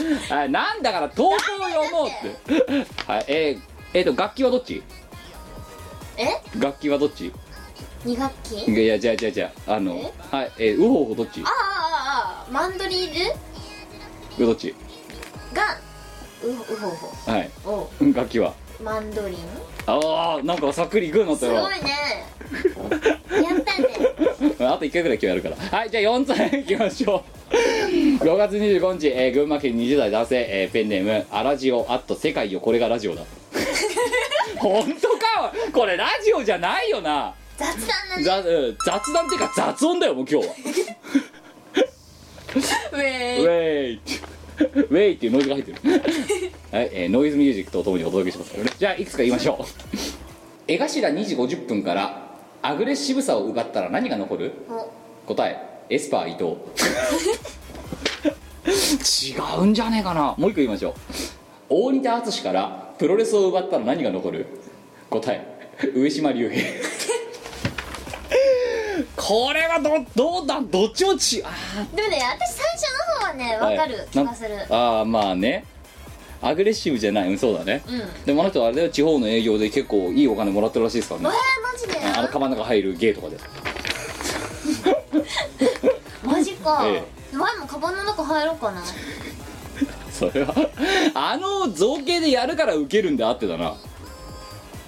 S1: 年はいなんだから投稿読もうってはいえー、えーと楽器はどっち
S2: え
S1: 楽器はどっち
S2: 2学期
S1: いやじゃあじゃあじゃああのはいえー、ウホウホどっち
S2: ああああああマンドリル
S1: どっち
S2: がううほうほ
S1: はい
S2: お
S1: 楽器は
S2: マンドリン
S1: ああなんかさっくりいくようになっ
S2: す
S1: たよ
S2: ごいねやったね
S1: あと1回ぐらい今日やるからはいじゃあ4歳いきましょう 5月25日、えー群馬県20代男性、えーペンネーム「アラジオ」「あっと世界よこれがラジオ だ」本当かおいこれラジオじゃないよな
S2: 雑談なんだ
S1: ざうん雑談っていうか雑音だよもう今日は
S2: ウ
S1: ウ
S2: ェ
S1: ェ
S2: イ
S1: イウ ェイっていうノイズが入ってるはい、えーノイズミュージックとともにお届けしますからねじゃあいくつか言いましょう江頭2時50分からアグレッシブさを奪ったら何が残る
S2: お
S1: 答えエスパー伊藤違うんじゃねえかなもう一個言いましょう大仁田淳からプロレスを奪ったら何が残る答え上島竜兵これはどどうだどっちもちあ
S2: でもね私最初の方はねわかる気がする、
S1: ああまあねアグレッシブじゃないうんそうだね、
S2: うん
S1: でもあの人はあれだよ地方の営業で結構いいお金もらってるらしいですから
S2: わ
S1: ね
S2: あマジで
S1: あのカバンの中入る芸とかで
S2: マジか、
S1: え
S2: 前もカバンの中入ろうかな
S1: それは あの造形でやるからウケるんであってだな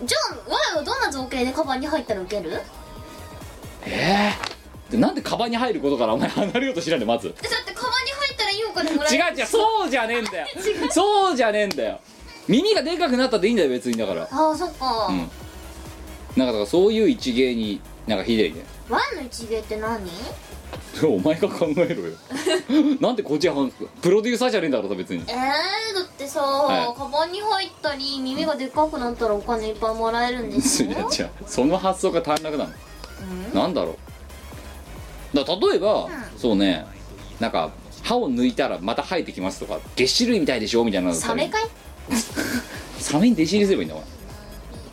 S2: じゃあ我はどんな造形でカバンに入ったらウケるだっ
S1: ええなんでカバンに入ることからお前離れようとしないでまず
S2: てカバンに入ったらいいお金もらえ
S1: 違
S2: る
S1: う違うそうじゃねえん だよそうじゃねえんだよ耳がでかくなったっていいんだよ別にだから
S2: ああそっか、
S1: うんなんかだからそういう一芸になんかひでえね
S2: ワンの一芸って何
S1: それお前が考え ろよなんでこっちが反プロデューサーじゃねえんだろうと別に
S2: えー、だってさ、
S1: はい
S2: カバンに入ったり耳がでっかくなったらお金いっぱいもらえるんで
S1: そ
S2: す
S1: う
S2: よ
S1: いや違うその発想が短絡なの、なんだろうだから例えば、そうねなんか歯を抜いたらまた生えてきますとかげっ歯類みたいでしょみたいなのだった
S2: サ
S1: ら
S2: メかい
S1: サメに弟子入りすればいいんだお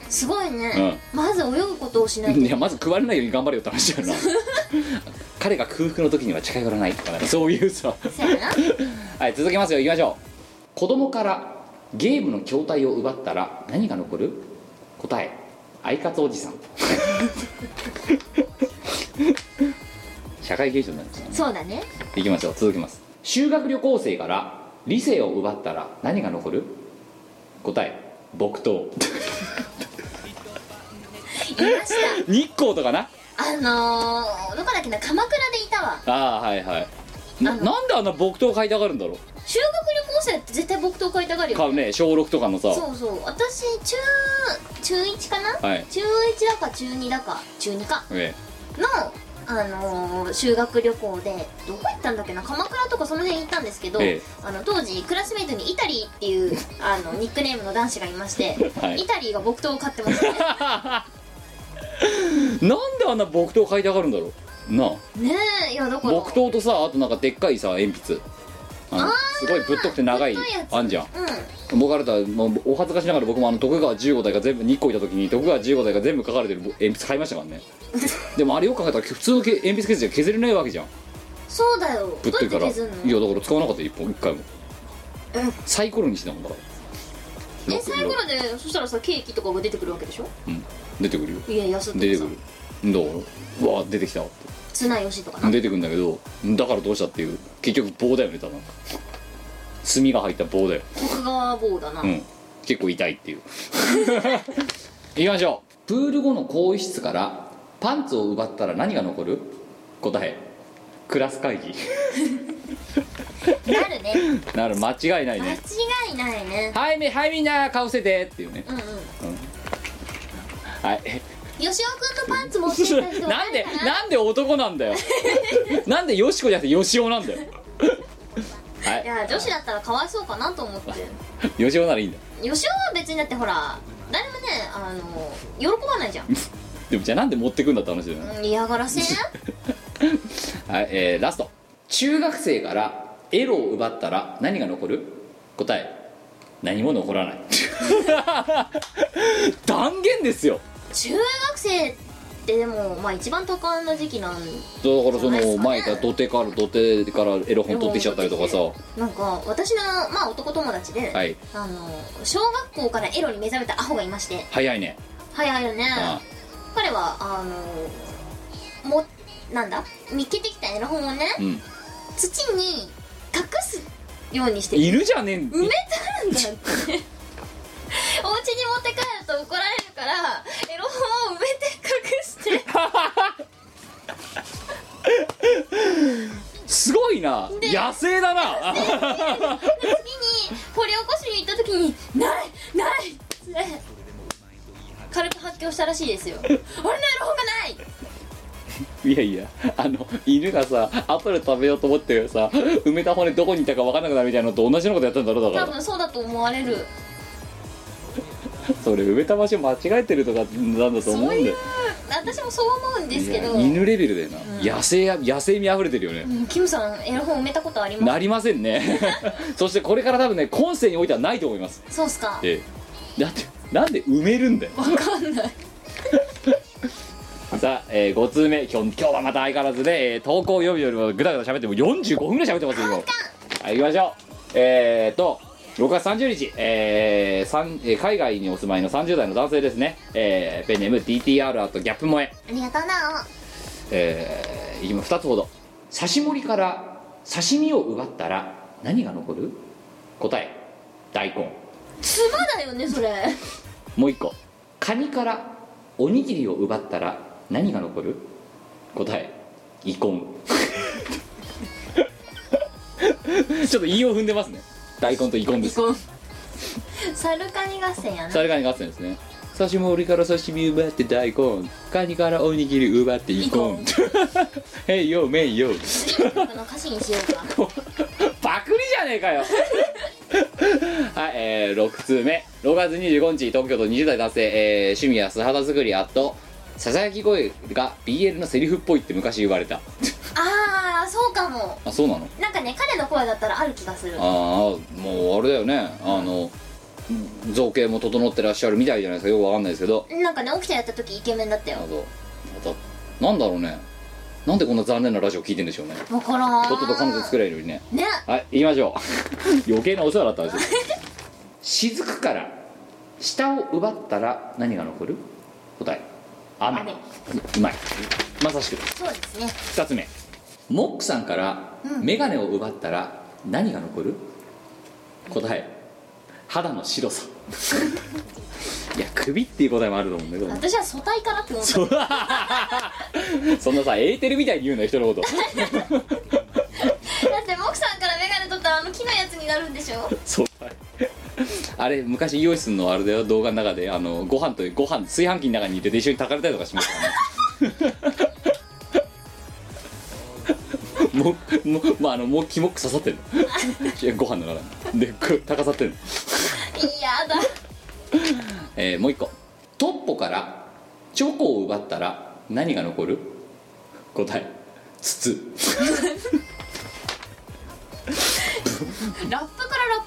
S2: すごいね、まず泳ぐことをしな
S1: 前
S2: いと
S1: いやまず食われないように頑張れよって話だよな彼が空腹の時には近寄らないとかなんかそういうさ
S2: せやな
S1: はい続けますよ行きましょう子供からゲームの筐体を奪ったら何が残る答えアイカツおじさん社会現象になりましたね
S2: そうだね
S1: 行きましょう続きます修学旅行生から理性を奪ったら何が残る答え木刀
S2: いました
S1: 日光とかな
S2: あのー、どこだっけな鎌倉でいたわ
S1: ああはいはいな
S2: あの
S1: なんであんな木刀買いたがるんだろ
S2: 修学旅行生って絶対木刀買いたがる
S1: う
S2: よ
S1: 買うね小6とかのさ
S2: そうそう私中中1かな、
S1: はい
S2: 中1だか中2だか中2か
S1: え
S2: の、あのー修学旅行でどこ行ったんだっけな鎌倉とかその辺行ったんですけど、
S1: ええ
S2: あの当時クラスメイトにイタリーっていうあのニックネームの男子がいまして、
S1: はい
S2: イタリーが木刀を買ってま したね
S1: えなんであんな木刀買いたがるんだろうなあ
S2: ねえいやだから
S1: 木刀とさあとなんかでっかいさ鉛筆あのすごいぶっとくて長い
S2: ぶっといやつ
S1: あんじゃん
S2: うん
S1: 僕あれだもうお恥ずかしながら僕もあの徳川15代が全部日光いた時に徳川15代が全部書かれてる鉛筆買いましたから ねでもあれよく考えたら普通のけ鉛筆削りじゃ削れないわけじゃん
S2: そうだよ
S1: ぶっ
S2: ど
S1: と
S2: うや
S1: い
S2: っ
S1: か
S2: て
S1: らい
S2: 削
S1: や
S2: る
S1: だ
S2: の
S1: から使わなかったよ一本一回も
S2: うん
S1: サイコロにしてたもんだから
S2: え最後のでそしたらさケーキとかが出てくるわけでしょ
S1: うん出てくるよ
S2: いや安って
S1: 出て
S2: さ
S1: くるどうわあ出てきたって
S2: 綱吉とかな
S1: 出てくんだけどだからどうしたっていう結局棒だよねただの炭が入った棒だよ
S2: 徳川坊だな、
S1: うん、結構痛いっていういきましょうプール後の更衣室からパンツを奪ったら何が残る答えクラス会議
S2: なるね
S1: なる間違いない
S2: 間
S1: ね
S2: 違いないね
S1: はいみはいみんな顔せてっていうね
S2: うんうん
S1: はい
S2: 吉尾くんのパンツ持ってきた人
S1: なんで
S2: 誰か
S1: なんで男なんだよなんでよしこじゃなくてよしおなんだよはい
S2: や女子だったらかわいそうかなと思って
S1: いよしおならいいんだ
S2: 吉尾は別にだってほら誰もねあの喜ばないじゃん
S1: でもじゃあなんで持ってくんだって話だよね、
S2: うん嫌がらせ
S1: はいえー、ラスト中学生からエロを奪ったら何が残る答え何も残らない 断言ですよ
S2: 中学生ってでもまあ一番多感な時期なん
S1: だからそ
S2: そうです
S1: の
S2: ね
S1: 前から土手から土手からエロ本取ってきちゃったりとかさ
S2: なんか私の、まあ、男友達で、
S1: はい
S2: あの小学校からエロに目覚めたアホがいまして
S1: 早いね
S2: 早いよね
S1: あ
S2: 彼はあのもなんだ見っけてきたエロ本をね、
S1: うん
S2: 土に隠すようにして埋め
S1: 犬じゃねえん
S2: とるんだって お家に持って帰ると怒られるからエロ本を埋めて隠して
S1: すごいな
S2: で
S1: 野生だな
S2: で次に掘り起こしに行った時に「ないない!」って軽く発狂したらしいですよ「俺のエロ本がない!」
S1: いやいやあの犬がさ後で食べようと思ってさ埋めた骨どこにいたか分かんなくなるみたいなのと同じようなことやったんだろうだか
S2: 多
S1: ら
S2: 分そうだと思われる
S1: それ埋めた場所間違えてるとかなんだと思うん
S2: そう
S1: だ
S2: い
S1: よ
S2: う私もそう思うんですけど
S1: いや犬レベルだよな、
S2: ん
S1: 野生や野生味あふれてるよね、
S2: うんキムさんエロ本埋めたことありま
S1: なりません ねそしてこれから多分ね今世においてはないと思います
S2: すそうっすか
S1: ええだってなんで埋めるんだよ
S2: わかんない
S1: さあ、え5通目今日今日はまた相変わらずね、えー投稿を読むよりもぐだぐだ喋っても45分ぐらい喋ってますよ今はい行きましょうえー、っと6月30日、えーさんえー海外にお住まいの30代の男性ですね、えーペンネーム DTR あとギャップ萌え
S3: ありがとうな
S1: えー、今2つほど刺し盛りから刺身を奪ったら何が残る答え大根
S2: つまだよねそれ
S1: もう1個カニからおにぎりを奪ったら何が残る答え遺婚 ちょっと韻を踏んでますね大根と遺婚です
S2: サルカニ合戦やな
S1: それが合戦ですね刺し盛りから刺身奪って大根カニからおにぎり奪って遺婚 へいよめいよ
S2: 次の曲の歌詞にしよ うか
S1: パクリじゃねえかよ はい、えー、6通目6月25日東京都20代男性、えー趣味は素肌作りあとささやき声が BL のセリフっぽいって昔言われた
S2: ああそうかも
S1: あそうなの
S2: なんかね彼の声だったらある気がする
S1: ああもうあれだよねあの造形も整ってらっしゃるみたいじゃないですかよくわかんないですけど
S2: なんかね起きてやった時イケメンだった
S1: あ
S2: よ
S1: とあとなんだろうねなんでこんな残念なラジオ聞いてんでしょうね
S2: わからん
S1: とっとと彼女作れるようにね
S2: ね
S1: はい行きましょう 余計なお世話だったんですよ雫から下を奪ったら何が残る答え雨
S2: 雨
S1: ううまいまさしく
S2: そうですね
S1: 2つ目モックさんから眼鏡を奪ったら何が残る、答え肌の白 さいや首っていう答えもあると思うんだけど
S2: 私は素体からって思った
S1: そう そんなさエーテルみたいに言うのよ人のこと
S2: だってモクさんからメガネ取ったらあの木のやつになるんでしょ
S1: そうあれ昔イオシスのあれだよ動画の中であのご飯とご飯炊飯器の中に入れて一緒に炊かれたりとかしましたねももまああのもうキモック刺さってるいやご飯の中にでこう高さってる、
S2: いやだ
S1: えーもう一個トッポからチョコを奪ったら何が残る答え筒
S2: ラップからラッ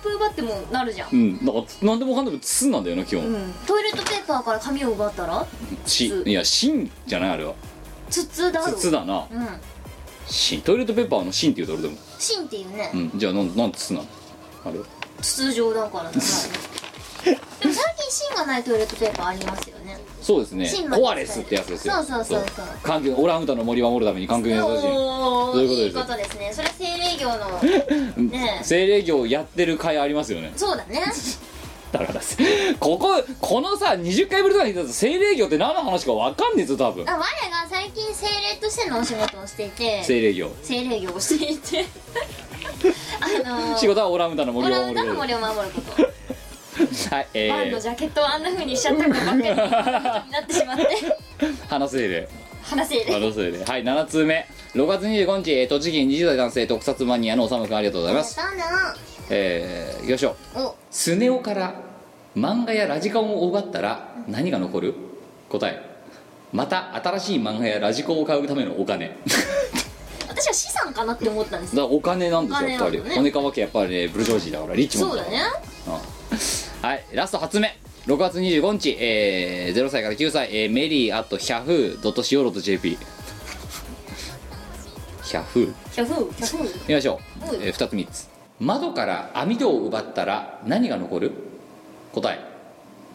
S2: プ奪ってもなるじゃん
S1: うんなんか何でもかんでも筒なんだよな基本、
S2: うんトイレットペーパーから紙を奪ったら
S1: し
S2: 筒
S1: いや芯じゃないあれは
S2: 筒だろ
S1: 筒だな
S2: うん
S1: 芯トイレットペーパーの芯って言うと俺でも
S2: 芯っていうね
S1: うん、じゃあなんなんつうのあれ
S2: 筒状だからなでも最近芯がないトイレットペーパーありますよね
S1: そうですね
S2: 芯まで
S1: コアレスってやつですよ
S2: そうそうそうそう
S1: 環境オランウータンの森を守るために環境に優し
S2: お
S1: ど
S2: ー
S1: ういうことです
S2: いいことですねそれは精霊業の
S1: い
S2: ねえ
S1: 精霊業やってる会ありますよね
S2: そうだね
S1: だからです こここのさ20回ぶりとかに言ったら精霊業って何の話かわかんねえぞ多分
S2: あ我が最近精霊としてのお仕事をしていて
S1: 精霊業
S2: 精霊業をしてい てあのー、
S1: 仕事はオランウータンの
S2: オ
S1: 森
S2: ラ
S1: を
S2: ンウー
S1: 守
S2: タン
S1: る
S2: の
S1: こと
S2: 森を守ること
S1: はいえ
S2: バンの
S1: ー
S2: ジャケットをあんな風にしちゃったことばっかりになってしまって
S1: 花精霊
S2: 話せ
S1: 花精霊 はい7通目6月25日えー栃木県20代男性特撮マニアのおさむくんありがとうございます
S3: どうな
S1: えー、いきましょう
S2: お
S1: スネ夫から漫画やラジカンを奪ったら何が残る答えまた新しい漫画やラジコンを買うためのお 金
S2: 私は資産かなって思ったんです
S1: だからお金なんですよやっぱり
S2: お金なんだ
S1: 骨
S2: ね
S1: かわけやっぱりねブルジョージーだからリッチモン
S2: そ
S1: ド
S2: う
S1: だ
S2: だ
S1: から
S2: ね
S1: はい、ラスト初目6月25日、えー、0歳から9歳、えー、メリーアットヒャフー .co.jp ヒャフー
S2: キャフーキャフー
S1: 見ましょう、
S2: うん
S1: えー、2つ3つ窓から網戸を奪ったら何が残る答え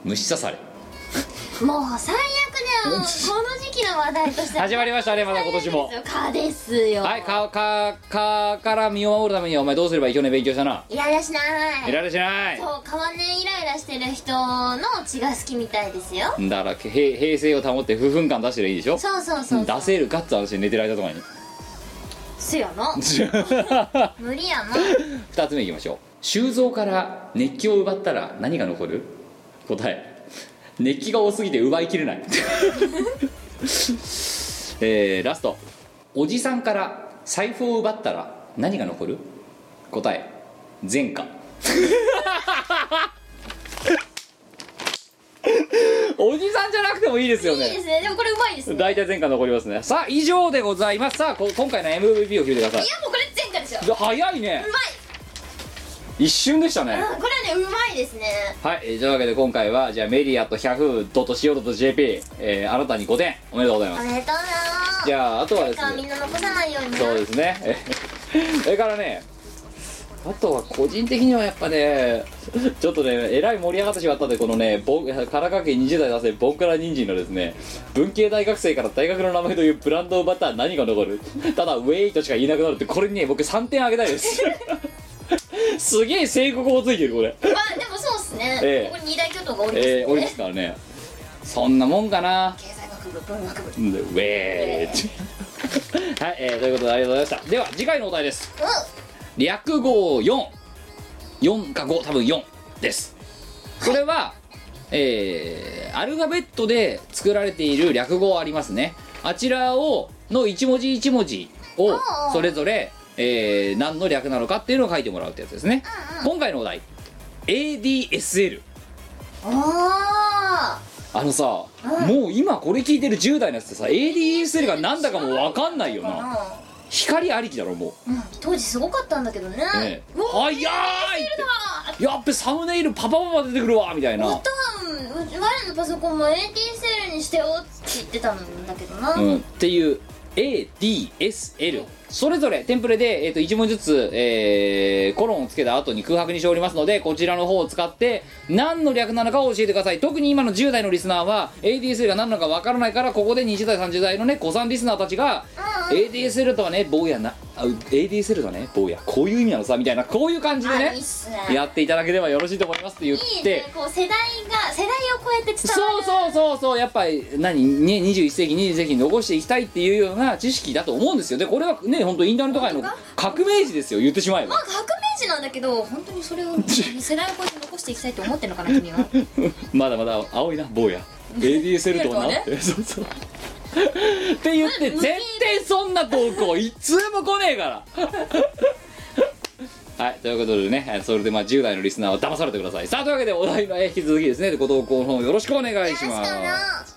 S1: 虫刺され
S2: もう最悪だ よもうこの時期の話題として は
S1: 始まりま したねまだ今年も
S2: 蚊ですよ
S1: はいかかかから身を守るためにはお前どうすればいい去年勉強したな
S2: イライラしない
S1: いられしない
S2: そう変わんねイライラしてる人の血が好きみたいですよ
S1: だからへ平静を保って不憤感出してりゃいいでしょ
S2: そうそうそうそう
S1: 出せるガッツあるし寝てる間とか に
S2: すよの無理やな
S1: 2つ目いきましょう修造から熱気を奪ったら何が残る答え熱気が多すぎて奪いきれない えー、ラストおじさんから財布を奪ったら何が残る答え前 科おじさんじゃなくてもいいですよね
S2: いいですねでもこれうまいですねいや
S1: 大体前科残りますねさあ以上でございますさあこ今回の MVP を決めてください
S2: もうこれ前回でしょう
S1: 早いね
S2: ま
S1: 一瞬でしたね
S2: い、うん、これはねうまいですね
S1: はい、えーというわけで今回はじゃあメディアと 100.co.jp、えー、新たに5点おめでとうござい
S2: お
S1: ます
S2: めでとうな
S1: じゃああとはで
S2: なん
S1: す
S2: かみ
S1: ね
S2: んな残さないようにな
S1: そうですね えーそれからねあとは個人的にはやっぱねちょっとねえらい盛り上がってしまったんでこのねぼん神奈川県20代男性ボンクラ人参のですね文系大学生から大学の名前というブランドを奪ったら何が残るただウェイとしか言えなくなるってこれにね僕3点あげたいです すげえ正国もついてるこれ
S2: まあでもそうっすね、
S1: ええ
S2: ここに二大巨頭がおります
S1: えー、
S2: よ
S1: おり
S2: ね、
S1: ますからねそんなもんかな
S2: 経済学部文学部うん
S1: うんウェーっ てはい、えー、ということでありがとうございましたでは次回のお題です略語44か5多分4ですこれは、えーアルファベットで作られている略語ありますねあちらをの一文字一文字をそれぞれ、えー何の略なのかっていうのを書いてもらうってやつですね今回のお題 ADSL
S2: おー
S1: あのさ、もう今これ聞いてる10代のやつってさ ADSL がなんだかもう分かんないよ
S2: う
S1: なん光ありきだろも
S2: うん、当時すごかったんだけどね
S1: う、ねえ
S2: うわ
S1: 早いってやっべサムネイルパパパパ出てくるわみたいな
S2: 多分我のパソコンも AT セールにしてよって言ってたんだけどな、
S1: うん、っていう ADSL それぞれテンプレで、えー、と1文ずつ、えーコロンをつけた後に空白にしておりますのでこちらの方を使って何の略なのかを教えてください特に今の10代のリスナーは ADSL が何なのかわからないからここで20代30代のね子さんリスナーたちが ADSL とはね坊やなあ ADSL とはね坊やこういう意味なのさみたいなこういう感じで
S2: あ
S1: ね
S2: いいっすね
S1: やっていただければよろしいと思いますって言っ
S2: いい
S1: て
S2: ねこう世代が世代を超えて伝わ
S1: そう
S2: る
S1: そうそうそうやっぱり何ね21世紀20世紀に残していきたいっていうような知識だと思うんですよでこれはね本当インターネット界の革命児ですよ言ってしまえ
S2: まあ
S1: ば
S2: 革命児なんだけど本当にそれ を世代を超えて残していきたいと思ってるのかな君は
S1: まだまだ青いな坊や ADSL と はな
S2: ね
S1: ってそうそうって言って絶対そんな投稿いつも来ねえから はいということでねはいそれでまあ10代のリスナーは騙されてくださいさあというわけでお題は引き続きですねご投稿の方よろしくお願いします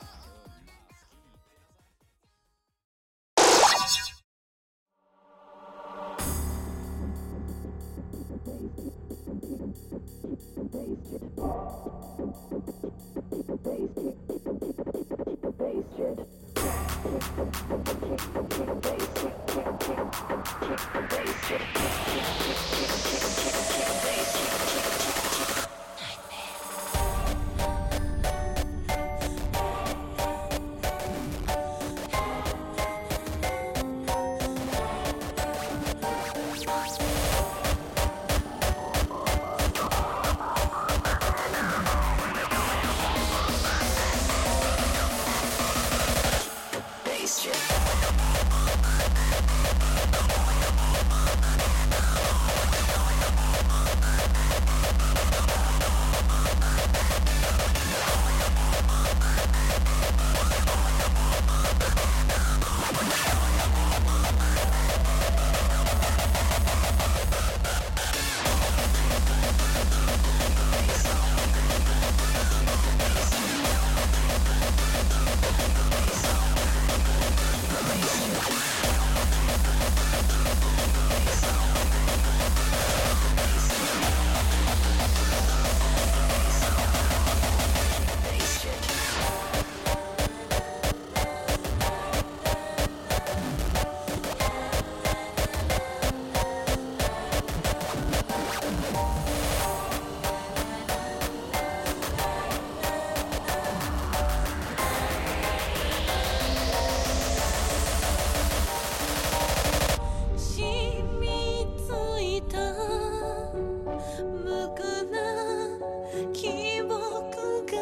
S6: 染みついた無垢な記憶が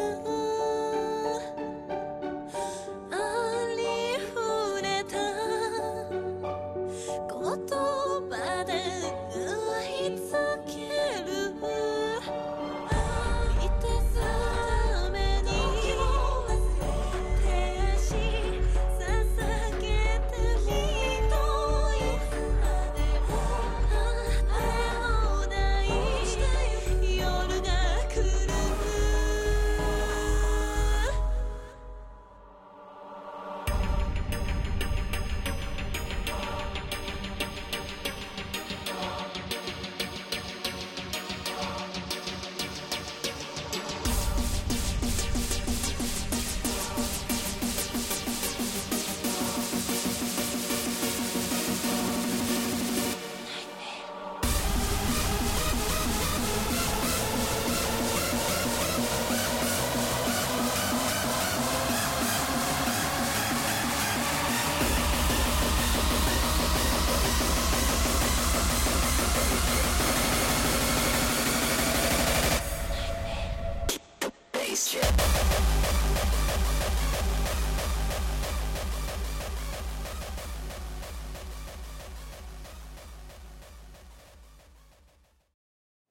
S6: ありふれた言葉で縫い付けるいたために手足捧げてひといまでも果てのない夜が来る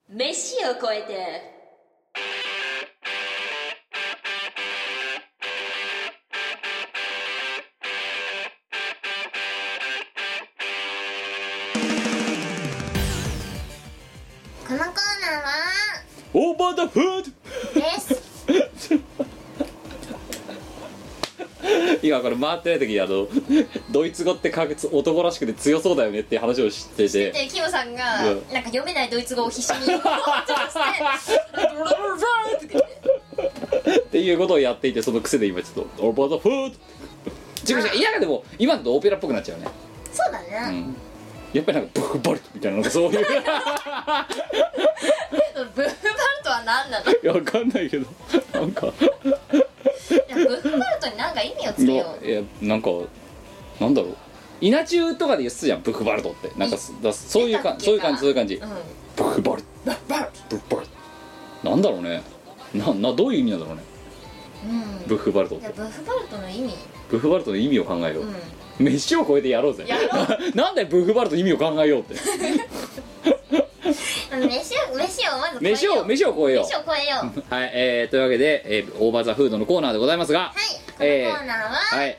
S7: 飯を超えて
S2: このコーナーは
S1: オーバーダフー
S2: です
S1: 今これ回ってない時にあの ドイツ語ってか男らしくて強そうだよねっていう話をしてて
S2: でキヨさんが
S1: うん
S2: なんか読めないドイツ語を必死 にちょっとして「ロロロロロって言って
S1: っていうことをやっていてその癖で今ちょっとオーバーザフード違う違ういやでも今だとオペラっぽくなっちゃうね
S2: そうだ
S1: う
S2: ね
S1: んやっぱりなんかブッバルトみたいなのが そういう
S2: ブッフバルトは何なの
S1: いやわかんないけどなんか
S2: いやブッフバルトに何か意味をつけよ
S1: のいやなんかなんだろう稲中とかで言ってたじゃんブックバルトってなんかすだそういうか
S2: 出たっけか
S1: そういう感じそういう感じ
S2: う、うん
S1: ブックバルトブックバルトブックバルトなんだろうねななどういう意味なんだろうね
S2: うん
S1: ブックバルトっ
S2: じゃ
S1: て
S2: あブッフバルトの意味
S1: ブックバルトの意味を考えよう、
S2: うん
S1: 飯を超えてやろうぜ
S2: や
S1: なんでブックバルトの意味を考えようって
S2: あの飯を飯をまず超えよう
S1: 飯を飯を超えよう
S2: 飯を超えようは
S1: はい、えー、というわけで、えーオーバーザフードのコーナーでございますが、
S2: いこのコーナーは、
S1: はい、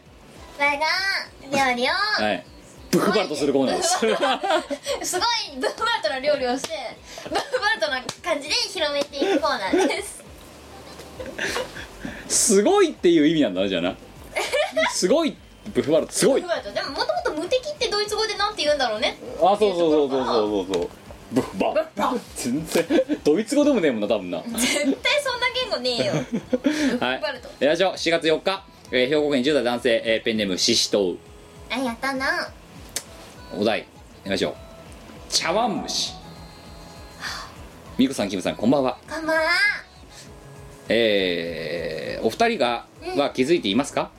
S2: 我が料理を、
S1: はい、ブックバルトするコーナーです。
S2: すごいブッフバルトの料理をしてブッフバルトの感じで広めていくコーナーです
S1: すごいっていう意味なんだな、じゃあな。すごい、ブックバルト、すご
S2: ブッ
S1: い
S2: フ。バルトでももともと無敵ってドイツ語でなんて言うんだろう ね
S1: あ、そうそうそうそうそうそうそう。ブックバルト。全然、ドイツ語でもねえもんな、多分な。はい、
S2: 絶対そんな言語ねえよ
S1: はい
S2: バルト、
S1: よいしょ、4月4日、えー兵庫県10代男性、えーペンネームシシトウ。
S2: あやったな
S1: お題いきましょう茶碗蒸しみこさんキムさんこんばんは
S2: こんばんは
S1: えーお二人がは気づいていますか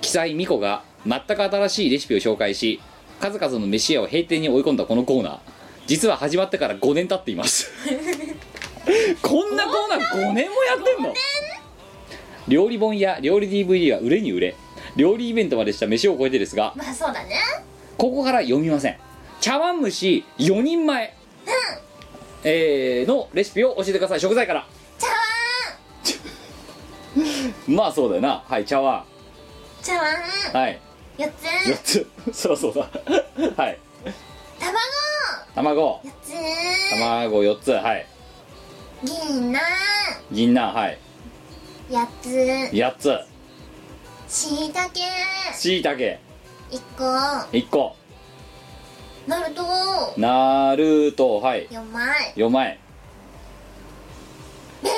S1: 記載みこが全く新しいレシピを紹介し数々の飯屋を閉店に追い込んだこのコーナー実は始まってから5年経っていますこんなコーナー5年もやってんの料理本や料理 DVD は売れに売れ料理イベントまでした飯を超えてですが
S2: まあそうだね
S1: ここから読みません茶碗蒸し4人前、えーのレシピを教えてください食材から
S2: 茶碗
S1: まあそうだよなはい茶碗
S2: 茶碗
S1: はい
S2: 4つ
S1: 4つ そりゃそうだはい
S2: 卵
S1: 卵
S2: 4つ
S1: 卵4つはい
S2: 銀杏
S1: 銀杏はい
S2: 8
S1: 8つ
S2: つしいたけ
S1: しいたけ
S2: 1個
S1: 1個
S2: なると
S1: なるとはい
S2: 4枚
S1: 4枚
S2: めん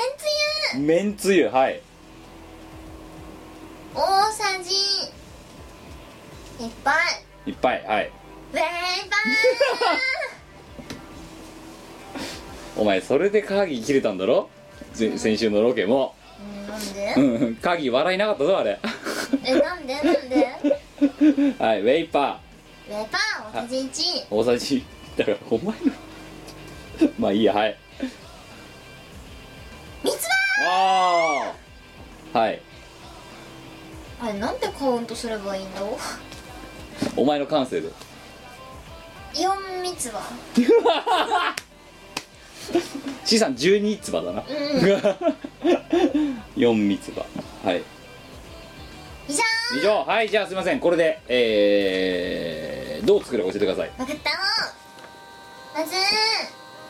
S2: つ
S1: めんつゆはい
S2: ゆ大さじいっぱい
S1: いっぱいはい
S2: ウェイパ
S1: お前それで鍵切れたんだろぜ先週のロケも
S3: なんで
S1: うんうん鍵笑いなかったぞあれ
S3: えなんでなんで
S1: はいウェイパ
S3: レパー大さじ
S1: ー
S3: 1
S1: 大さじだからお前の まあいいやはい
S3: 三つ
S1: ああはい
S3: 葉あれなんでカウントすればいいんだ
S1: お前の感性で
S3: 4三つ葉
S1: 資産12つ葉だな、4つ葉はい
S3: 以上
S1: 以上はいじゃあすいませんこれでえー、どう作るか教えてください
S3: 分かったまず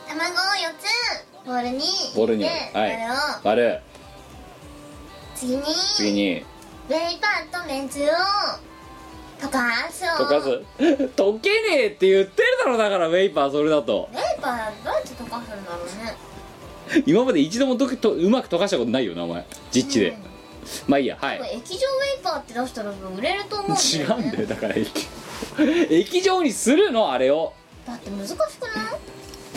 S3: 卵を4つボウルに
S1: ボウルに
S3: で
S1: はい
S3: これを
S1: 割る
S3: 次に
S1: 次に
S3: ウェイパーとめんつゆを溶かす
S1: 溶かす溶けねえって言ってるだろだからウェイパーそれだと
S3: ウェイパーどうやって溶かすんだろうね
S1: 今まで一度もとけとうまく溶かしたことないよなお前実地で、まあいいやはい
S3: これ液状ウェイパーって出したら売れると思うんだ
S1: 違
S3: よ、
S1: う
S3: ね、
S1: んだよだから液 液状にするのあれを
S3: だって難しくない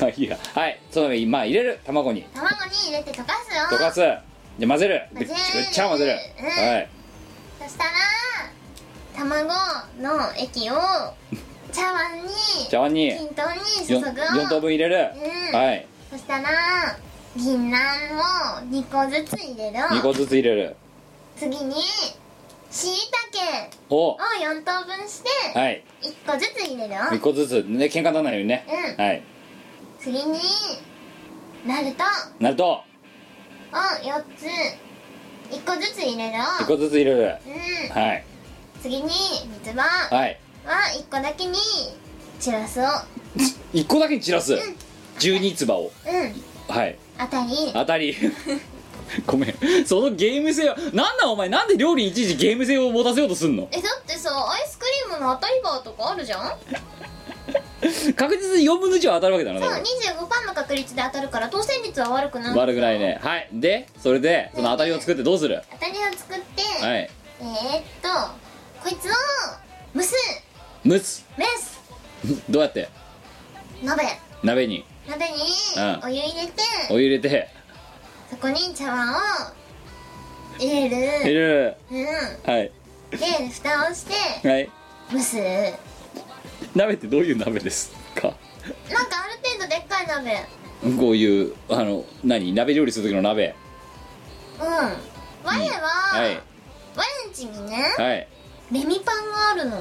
S1: まあいいやはいそのまあ入れる卵に
S3: 卵に入れて溶かすよ
S1: 溶かすで混ぜるぐっち
S3: 混ぜる
S1: ぐっちゃ混ぜる
S3: うん
S1: はい
S3: そしたら卵の 液を茶碗に
S1: 茶碗に
S3: 均等に注ぐ
S1: 4, 4等分入れる、
S3: うん
S1: はい
S3: そしたら銀杏を2個ずつ入れる
S1: 2個ずつ入れる
S3: 次にしいたけ
S1: お
S3: を4等分して
S1: はい
S3: 1個ずつ入れるよ
S1: 2個ずつね喧嘩にならないようにね、
S3: う
S1: はい
S3: 次になると
S1: なると
S3: を4つ1個ずつ入れるよ
S1: 1個ずつ入れる
S3: うん
S1: はい
S3: 次に三つ葉は
S1: はい
S3: 1個だけにチラスを
S1: 1個だけに散らす12つ葉を
S3: うん
S1: はい
S3: あたり
S1: 当たり ごめんそのゲーム性はなんなんお前なんで料理にいちいちゲーム性を持たせようとすんの
S3: えだってさアイスクリームの当たりバーとかあるじゃんさ
S1: 確実に4分の1は当たるわけだなだ
S3: あ
S1: から
S3: 25%の確率で当たるから当選率は悪くない
S1: 悪くないねはいでそれでその当たりを作ってどうする
S3: 当たりを作って、
S1: はい
S3: えー、っとこいつを蒸す
S1: 蒸す
S3: 蒸す
S1: どうやって
S3: 鍋
S1: 鍋に
S3: 鍋に
S1: うん
S3: お湯入れて、
S1: お湯入れて
S3: そこに茶碗を入
S1: 入
S3: れる
S1: れる
S3: うん
S1: はい
S3: で蓋をして
S1: はい
S3: 蒸す
S1: 鍋ってどういう鍋ですか
S3: なんかある程度でっかい鍋
S1: こういうあの何鍋料理する時の鍋
S3: うん我は、
S1: はい
S3: 我んちにね
S1: はい
S3: レミパンがあるの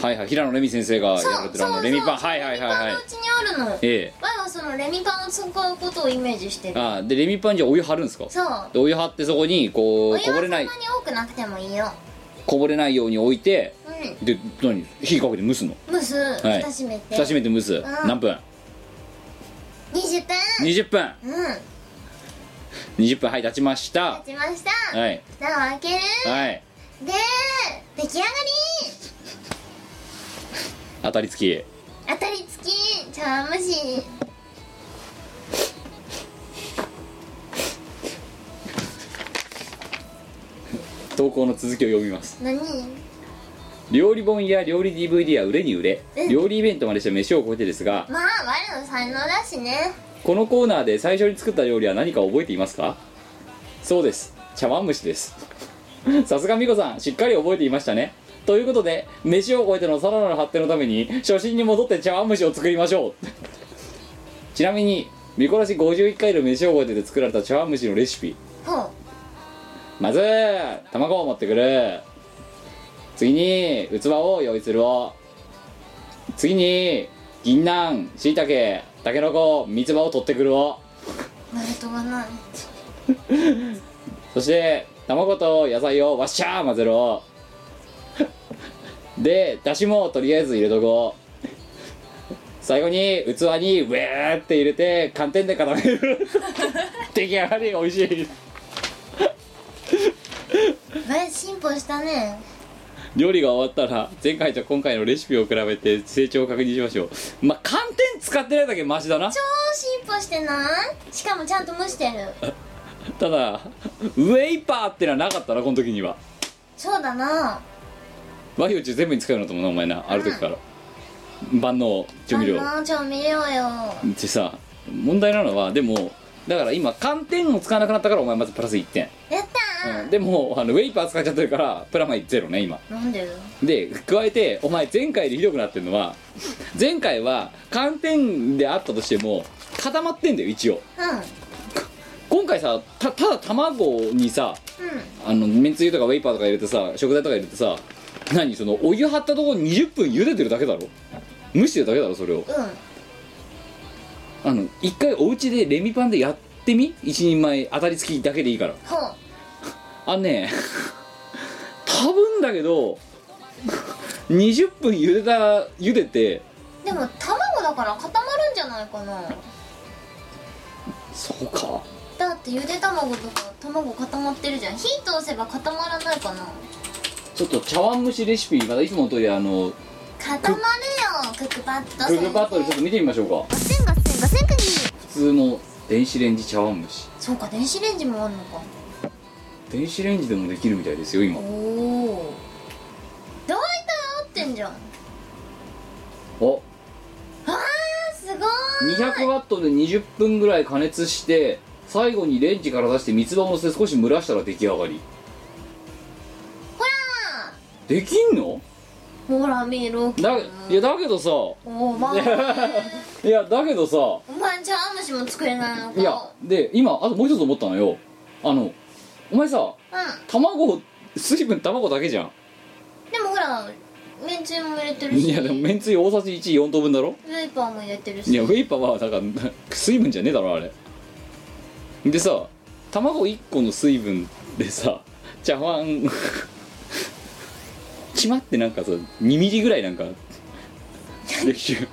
S1: はいはい平野レミ先生がやられてるあのレミパンはいはいはいはい
S3: レミパンのうちにあるの我
S1: え
S3: はそのレミパンを使うことをイメージして
S1: え
S3: る
S1: あでレミパンじゃあお湯張るんですか
S3: そう
S1: でお湯張ってそこにこ
S3: お
S1: う
S3: 湯
S1: こぼ
S3: はそ
S1: れ
S3: んな
S1: ない
S3: に多くなくてもいいよ
S1: こぼれないように置いて
S3: う
S1: で何火かけて蒸すの
S3: ん蒸す、
S1: い
S3: 蓋閉めて
S1: 蓋閉めて蒸す
S3: ん
S1: 何分
S3: 20分
S1: 20分
S3: うん
S1: 20分はい経ちました
S3: 立ちました、
S1: はい
S3: 蓋を開ける、
S1: はい
S3: で出来上が
S1: 当たり付き
S3: り当たり付き茶碗蒸し
S1: 投稿の続きを読みます
S3: 何
S1: 料理本や料理 DVD は売れに売れ
S3: うん
S1: 料理イベントまでして飯を超えてですが
S3: まあ我の才能だしね
S1: このコーナーで最初に作った料理は何か覚えていますかそうです茶碗蒸しです さすがみこさんしっかり覚えていましたねということで飯を超えてのさらなる発展のために初心に戻って茶碗蒸しを作りましょう ちなみに見こらし51回の飯を超えてで作られた茶碗蒸しのレシピ
S3: ほ
S1: まず卵を持ってくる次に器を用意するを次に銀杏しいたけたけのこ三つ葉を取ってくるを
S3: うナルトがない
S1: そして卵と野菜をわっしゃー混ぜろ でだしもとりあえず入れとこう最後に器にウェーって入れて寒天で固める 出来上がり美味しい
S3: 我進歩したね
S1: 料理が終わったら前回と今回のレシピを比べて成長を確認しましょうまあ寒天使ってないだけマシだな
S3: 超進歩してないしかもちゃんと蒸してる
S1: ただウェイパーってのはなかったなこの時には
S3: そうだな
S1: 和洋中全部に使うのともなお前なある時から万能調味料
S3: あの調味料よ
S1: ってさ問題なのはでもだから今寒天を使わなくなったからお前まずプラス1点、
S3: やったー、
S1: うん、でもあのウェイパー使っちゃってるからプラマイゼロね今
S3: なんでよ
S1: で加えてお前前回でひどくなってるのは前回は寒天であったとしても固まってんだよ一応
S3: うん
S1: 今回さたただ卵にさ
S3: うん
S1: あのめんつゆとかウェイパーとか入れてさ食材とか入れてさ何そのお湯張ったところ20分茹でてるだけだろ蒸してるだけだろそれを
S3: うん
S1: あの一回お家でレミパンでやってみ一人前当たり付きだけでいいから
S3: ほう
S1: あのね多分だけど20分茹でた茹でて
S3: でも卵だから固まるんじゃないかな
S1: そうか
S3: だってゆで卵とか卵固まってるじゃん火通せば固まらないかな
S1: ちょっと茶碗蒸しレシピまたいつもの通りあの
S3: 固まるよクックパッド
S1: クックパッドでちょっ
S3: 先
S1: と見てみましょうか
S8: ガセンガセンガセンクニー
S1: 普通の電子レンジ茶碗蒸し
S3: 生そうか電子レンジもあるのか
S1: 電子レンジでもできるみたいですよ今
S3: お
S1: あ
S3: お大体合ってんじゃんあーすごい
S1: 200ワットで20分ぐらい加熱して最後にレンジから出して三つ葉を乗せて少し蒸らしたら出来上がり
S3: ほ
S1: できんの
S3: らほら見ろ
S1: だいや
S3: だ
S1: だけどさ
S3: おおまあ
S1: いやだけどさ
S3: お前じゃあ虫も作れないのか
S1: いやで今あともう一つ思ったのよあのお前さ
S3: う
S1: 卵水分卵だけじゃ
S3: んでもほらめんつゆも入れて
S1: ん
S3: るし
S1: いやでもめんつゆ大さじ14等分だろ
S3: ウェイパーも入れてるし
S1: いやウェイパーはだから水分じゃねえだろあれでさ卵1個の水分でさ茶碗 ちまってなんかさ2ミリぐらいなんかできる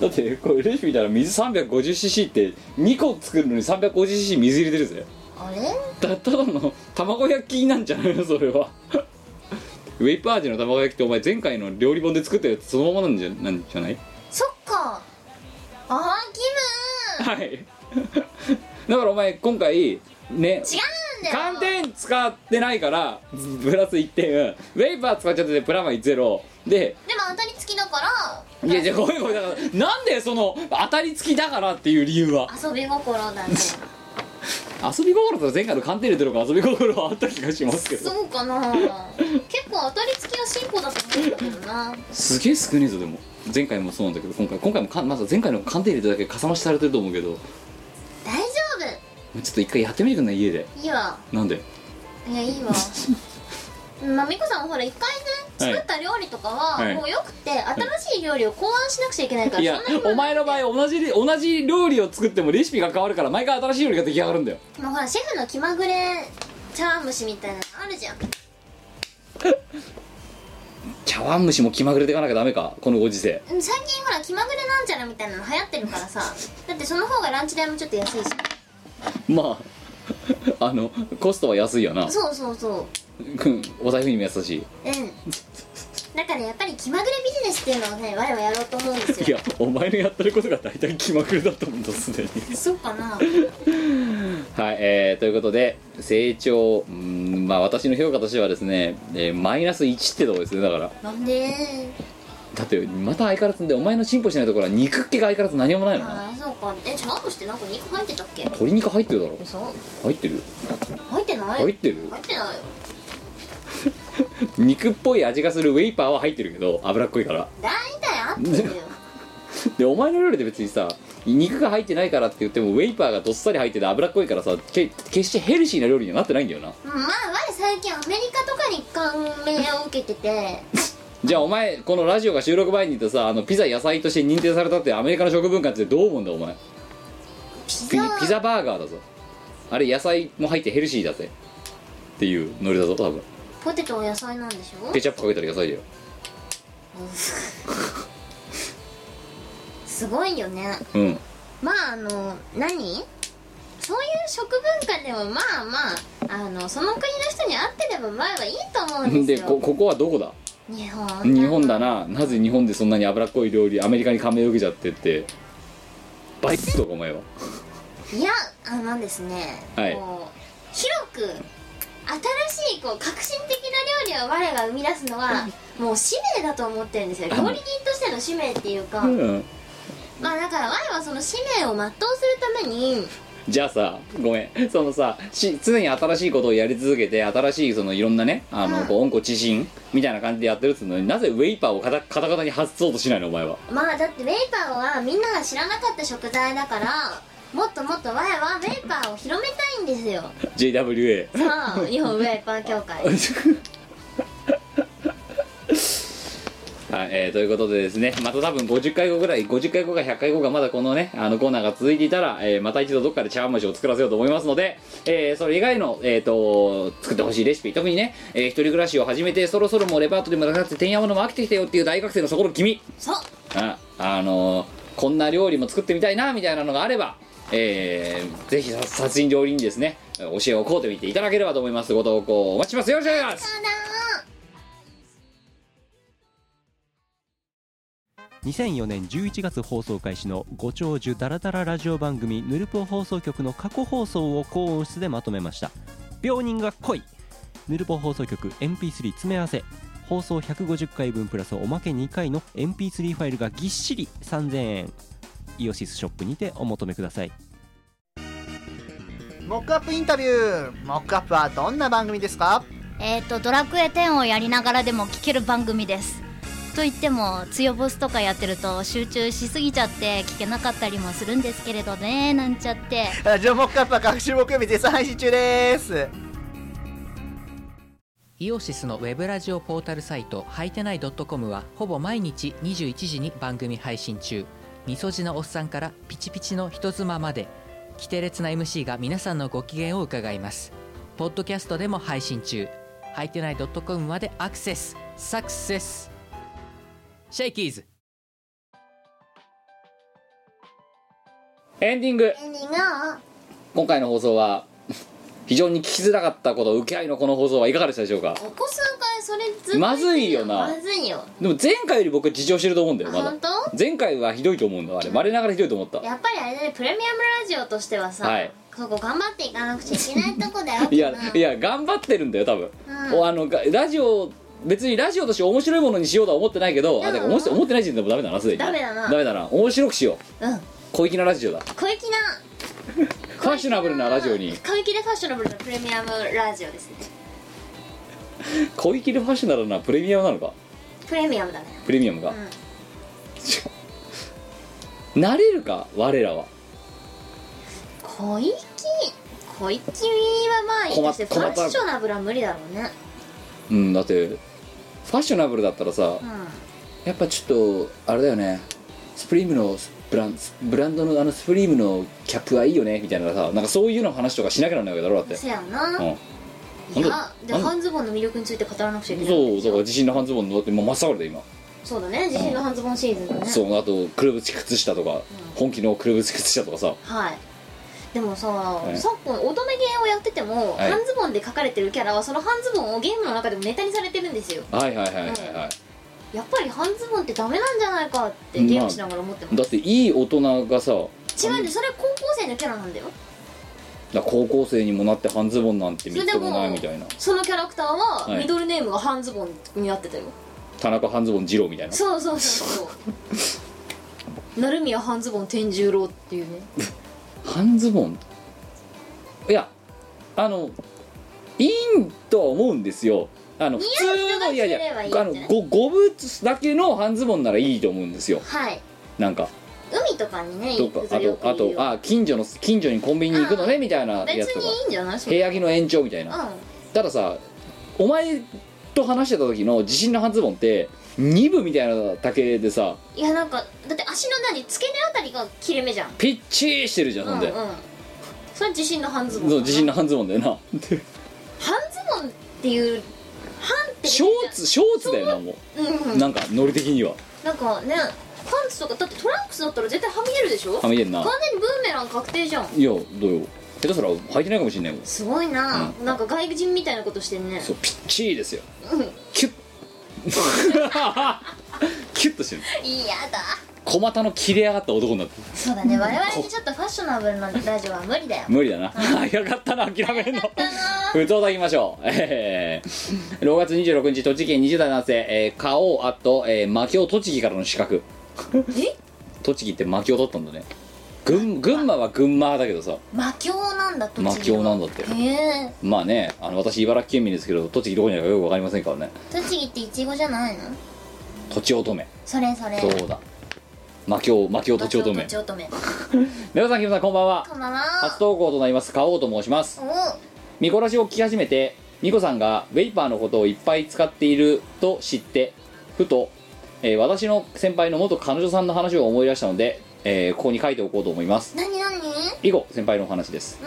S1: だってこれレシピ見たら水 350cc って2個作るのに 350cc 水入れてるぜ
S3: あれ
S1: たただの卵焼きなんじゃないのそれは ウェイパー味の卵焼きってお前前回の料理本で作ったやつそのままなんじゃなんじゃない
S3: そっかああキム
S1: はいだからお前今回ね
S3: 違うん
S1: 寒
S3: だよ
S1: 天使ってないからプラス1点ウェイパー使っちゃっててプラマイゼロで
S3: でも当たり付きだから
S1: いやじゃごめんごめんだからなんでその当たり付きだからっていう理由は
S3: 遊び 心だね
S1: 遊び心と前回の寒天入れてるから遊び心はあった気がしますけど
S3: そうかな結構当たり付きは進歩だと思うんだけどな
S1: すげえ少ねえぞでも前回もそうなんだけど今回今回もかまず前回の寒天入れただけかさ増しされてると思うけど
S3: 大丈
S1: ちょっと一回やってみてくんない家で
S3: 夫いいわ
S1: なんで
S3: い やいいわまあ、美子さんはほら一回ね
S1: はい
S3: 作った料理とかは、
S1: はい
S3: もうよくて新しい料理を考案しなくちゃいけないから、
S1: いや
S3: そんなに
S1: お前の場合同じり同じ料理を作ってもレシピが変わるから毎回新しい料理が出来上がるんだよ
S3: もうほらシェフの気まぐれ茶碗蒸しみたいなのあるじゃん
S1: 茶碗蒸しも気まぐれていかなきゃダメかこのご時世
S3: うん最近ほら気まぐれなんちゃらみたいなの流行ってるからさだってその方がランチ代もちょっと安いし
S1: まああのコストは安いよな
S3: そうそうそう
S1: うんお財布にも優し
S3: うんだからやっぱり気まぐれビジネスっていうのをね我々やろうと思うんです
S1: いい
S3: よ
S1: やお前のやってることが大体気まぐれだと思うんだすで に
S3: そうかな
S1: はいえー、ということで成長うーんまあ私の評価としてはですね、えーマイナス1ってとこですねだから
S3: なんで
S1: だってまた相変わらずでお前の進歩しないところは肉っ気が相変わらず何もないのな
S3: ああそうかえちゃんとしてなんか肉入ってたっけ
S1: 鶏肉入ってるだろ
S3: 嘘
S1: 入ってる
S3: 入ってない
S1: 入ってる
S3: 入ってないよ
S1: 肉っぽい味がするウェイパーは入ってるけど脂っこいから
S3: 大体合ってるよ
S1: でお前の料理で別にさ肉が入ってないからって言ってもウェイパーがどっさり入ってて脂っこいからさけ決してヘルシーな料理にはなってないんだよな
S3: うんまあ我最近アメリカとかに感銘を受けてて
S1: じゃあお前このラジオが収録前に言ったさあのピザ野菜として認定されたってアメリカの食文化ってどう思うんだお前
S3: ピ
S1: ピ
S3: ザは
S1: ピザバーガーだぞあれ野菜も入ってヘルシーだぜっていうノリだぞ多分
S3: ポテトは野菜なんでしょ
S1: ケチャップかけたら野菜だよ
S3: すごいよね
S1: うん
S3: まああの何そういう食文化でもまあまああのその国の人に合ってれば前はいいと思うんで
S1: ですこ
S3: よ
S1: ここはどこだ
S3: 日本
S1: 日本だななぜ日本でそんなに脂っこい料理アメリカに感銘を受けちゃってってバイッとかお前はい
S3: やあのですね、
S1: はい
S3: こう広く新しいこう革新的な料理を我が生み出すのはもう使命だと思ってるんですよ
S1: あ
S3: 料理人としての使命っていうか
S1: うん
S3: まあだから Y はその使命を全うするために
S1: じゃあさごめんそのさし常に新しいことをやり続けて新しいそのいろんなねあの、こう温故知新みたいな感じでやってるっつうのになぜウェイパーをカタカタカタに外そうとしないのお前は
S3: まあだってウェイパーはみんなが知らなかった食材だからもっともっと Y はウェイパーを広めたいんですよ
S1: JWA
S3: さあ日本ウェイパー協会
S1: はい、えーということでですねまた多分50回後ぐらい50回後か100回後かまだこのねあのコーナーが続いていたら、えーまた一度どっかで茶碗蒸しを作らせようと思いますので、えーそれ以外の、えー、と作ってほしいレシピ特にね、えー一人暮らしを始めてそろそろもうレパートリーもなくなっててんやものも飽きてきたよっていう大学生のそこの君
S3: そう
S1: ああのーこんな料理も作ってみたいなみたいなのがあれば、えーぜひさ殺人料理にですね教えをこうてみていただければと思いますご投稿お待ちしてますよろしくお願いします
S3: そうだ
S7: 2004年11月放送開始のご長寿ダラダララジオ番組ヌルポ放送局の過去放送を高音質でまとめました病人が来いヌルポ放送局 MP3 詰め合わせ放送150回分プラスおまけ2回の MP3 ファイルがぎっしり3000円イオシスショップにてお求めください
S9: モックアップインタビューモックアップはどんな番組ですか
S10: えっ、と「ドラクエ10」をやりながらでも聴ける番組ですと言っても強ボスとかやってると集中しすぎちゃって聴けなかったりもするんですけれどねなんちゃって
S9: ラジオモックアップは各種木曜日絶賛配信中です
S11: イオシスのウェブラジオポータルサイトはいてない .com はほぼ毎日21時に番組配信中みそじのおっさんからピチピチの人妻まで規定列な MC が皆さんのご機嫌を伺いますポッドキャストでも配信中はいてない .com までアクセスサクセスシェイキーズ
S1: エンディング
S3: エンディングを
S1: 今回の放送は非常に聞きづらかったことを受け合いのこの放送はいかがでしたでしょうか
S3: ここ数回それずっと
S1: まずいよな
S3: まずいよ
S1: でも前回より僕は事情してると思うんだよまだ
S3: 本当
S1: 前回はひどいと思うんだあれ我ながらひどいと思った
S3: やっぱりあれだねプレミアムラジオとしてはさ、
S1: はい
S3: そこ頑張っていかなくちゃいけないとこだよ
S1: いや
S3: うん
S1: いや頑張ってるんだよ多分、
S3: うん
S1: おあのがラジオ別にラジオとして面白いものにしようとは思ってないけど、あてか思って思ってない時点でもうダメだなすでに
S3: ダメだな
S1: ダメだな面白くしよう、
S3: うん
S1: 小粋なラジオだ
S3: 小粋な
S1: ファッショナブルなラジオに
S3: 小粋でファッショナブルなプレミアムラジオですね
S1: 小粋でファッショナルなプレミアムなのか
S3: プレミアムだね
S1: プレミアムが、
S3: うん
S1: なれるか我らは
S3: 小粋小粋はまあいいとしてフ
S1: 困っ困っ
S3: ァ
S1: た
S3: ッショナブルは無理だろうね
S1: うんだってファッショナブルだったらさ、
S3: う
S1: やっぱちょっとあれだよねスプリームのブランブランドのあのスプリームのキャップはいいよねみたいなさなんかそういうの話とかしなきゃならないわけだろだって
S3: んせやな、
S1: うん
S3: い
S1: な
S3: や
S1: んで
S3: で
S1: なんで
S3: 半ズボンの魅力について語らなくちゃいけない
S1: そうだから
S3: そう
S1: 自信の半ズボンのだってもう真っ盛りで今、
S3: そうだね自信の半ズボンシーズンだね、
S1: そうあとくるぶつ靴下とか、本気のくるぶつ靴下とかさ
S3: はいでもさ、
S1: い
S3: 昨今乙女ゲーをやってても、
S1: はい
S3: 半ズボンで書かれてるキャラはその半ズボンをゲームの中でもネタにされてるんですよ
S1: はいはいはいはいは、
S3: はいやっぱり半ズボンってダメなんじゃないかってゲームしながら思ってます、
S1: だっていい大人がさ
S3: 違うんでそれ高校生のキャラなんだよ
S1: だから高校生にもなって半ズボンなんてみっともないみたいな
S3: そのキャラクターは
S1: はい
S3: ミドルネームが半ズボンになってたよ、
S1: 田中半ズボン二郎みたいな
S3: そうそうそ うそう鳴宮半ズボン天十郎っていうね
S1: 半ズボンいやあのいいんとは思うんですよあの普
S3: 合う人
S1: 通
S3: が
S1: のいやい
S3: 着れ
S1: や
S3: ばいいんじゃ
S1: あ
S3: な
S1: の
S3: い
S1: ごごぶつだけの半ズボンならいいと思うんですよ
S3: はい
S1: なんか
S3: 海とかにね
S1: ど
S3: 行
S1: うか
S3: く
S1: あ
S3: とよ
S1: と
S3: く
S1: あ
S3: いいよ
S1: とあ近所の近所にコンビニに行くのねみたいなや
S3: 別
S1: つとか
S3: にいいんじゃないそ
S1: 部
S3: れ
S1: 屋着の延長みたいな
S3: う
S1: たださお前と話してた時の自信の半ズボンって2部みたいな丈でさ
S3: んいやなんかだって足の何付け根あたりが切れ目じゃん
S1: ピッチーしてるじゃん
S3: う
S1: そ
S3: ん
S1: ん
S3: うん
S1: で、
S3: それは自信の半ズボン
S1: そう自信
S3: の
S1: の半ズボンだよなで
S3: 半ズボンっていう半って
S1: ショーツショーツだよなも
S3: うん、う、
S1: うんなんかノリ的には
S3: なんかねパンツとかだってトランクスだったら絶対はみ出るでしょ
S1: は
S3: 完
S1: み出んな
S3: 全にブーメラン確定じゃん
S1: いやどうよ下手したら履いてないかもしれないもん
S3: すごいな、なんか外人みたいなことしてんね
S1: そうピッチーですよ
S3: うん
S1: キュッ キュッとしてる
S3: いやだ
S1: 小股の切れ上がった男になってる
S3: そうだね我々にちょっとファッショナブルなラジオは無理だよ
S1: 無理だな 早かったな諦めるの普通だきましょうえー6月26日栃木県20代男性えー花王あとえーマキオ栃木からの資格
S3: え
S1: 栃木って魔境だったんだね群群馬は群馬だけどさ
S2: 魔境なんだ栃木は
S1: 魔境なんだって
S2: へえ
S1: まあねあの私茨城県民ですけど栃木どこにあるかよく分かりませんからね
S2: 栃木ってイチゴじゃないの
S1: とちおとめ
S2: それそれ
S1: そうだ魔境魔境とちおとめ
S2: ちおとめ
S1: 皆さんキムさんこんばんは
S2: こんばん
S1: 初
S2: は
S1: 投稿となります花王と申します
S2: お
S1: 見殺しを聞き始めてミコさんがウェイパーのことをいっぱい使っていると知ってふと、えー私の先輩の元彼女さんの話を思い出したので、えーここに書いておこうと思います
S2: なになに
S1: 以後先輩のお話です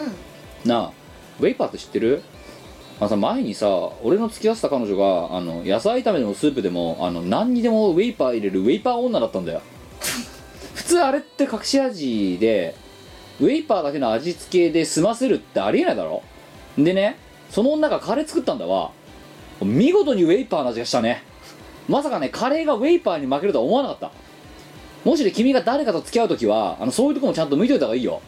S2: うん
S1: なあウェイパーって知ってるあのさ前にさ俺の付き合ってた彼女があの野菜炒めでもスープでもあの何にでもウェイパー入れるウェイパー女だったん だよ普通あれって隠し味でウェイパーだけの味付けで済ませるってありえないだろでねその女がカレー作ったんだわ見事にウェイパーの味がしたねまさかねカレーがウェイパーに負けるとは思わなかったもしね君が誰かと付き合う時はあのそういうとこもちゃんと向いといた方がいいよ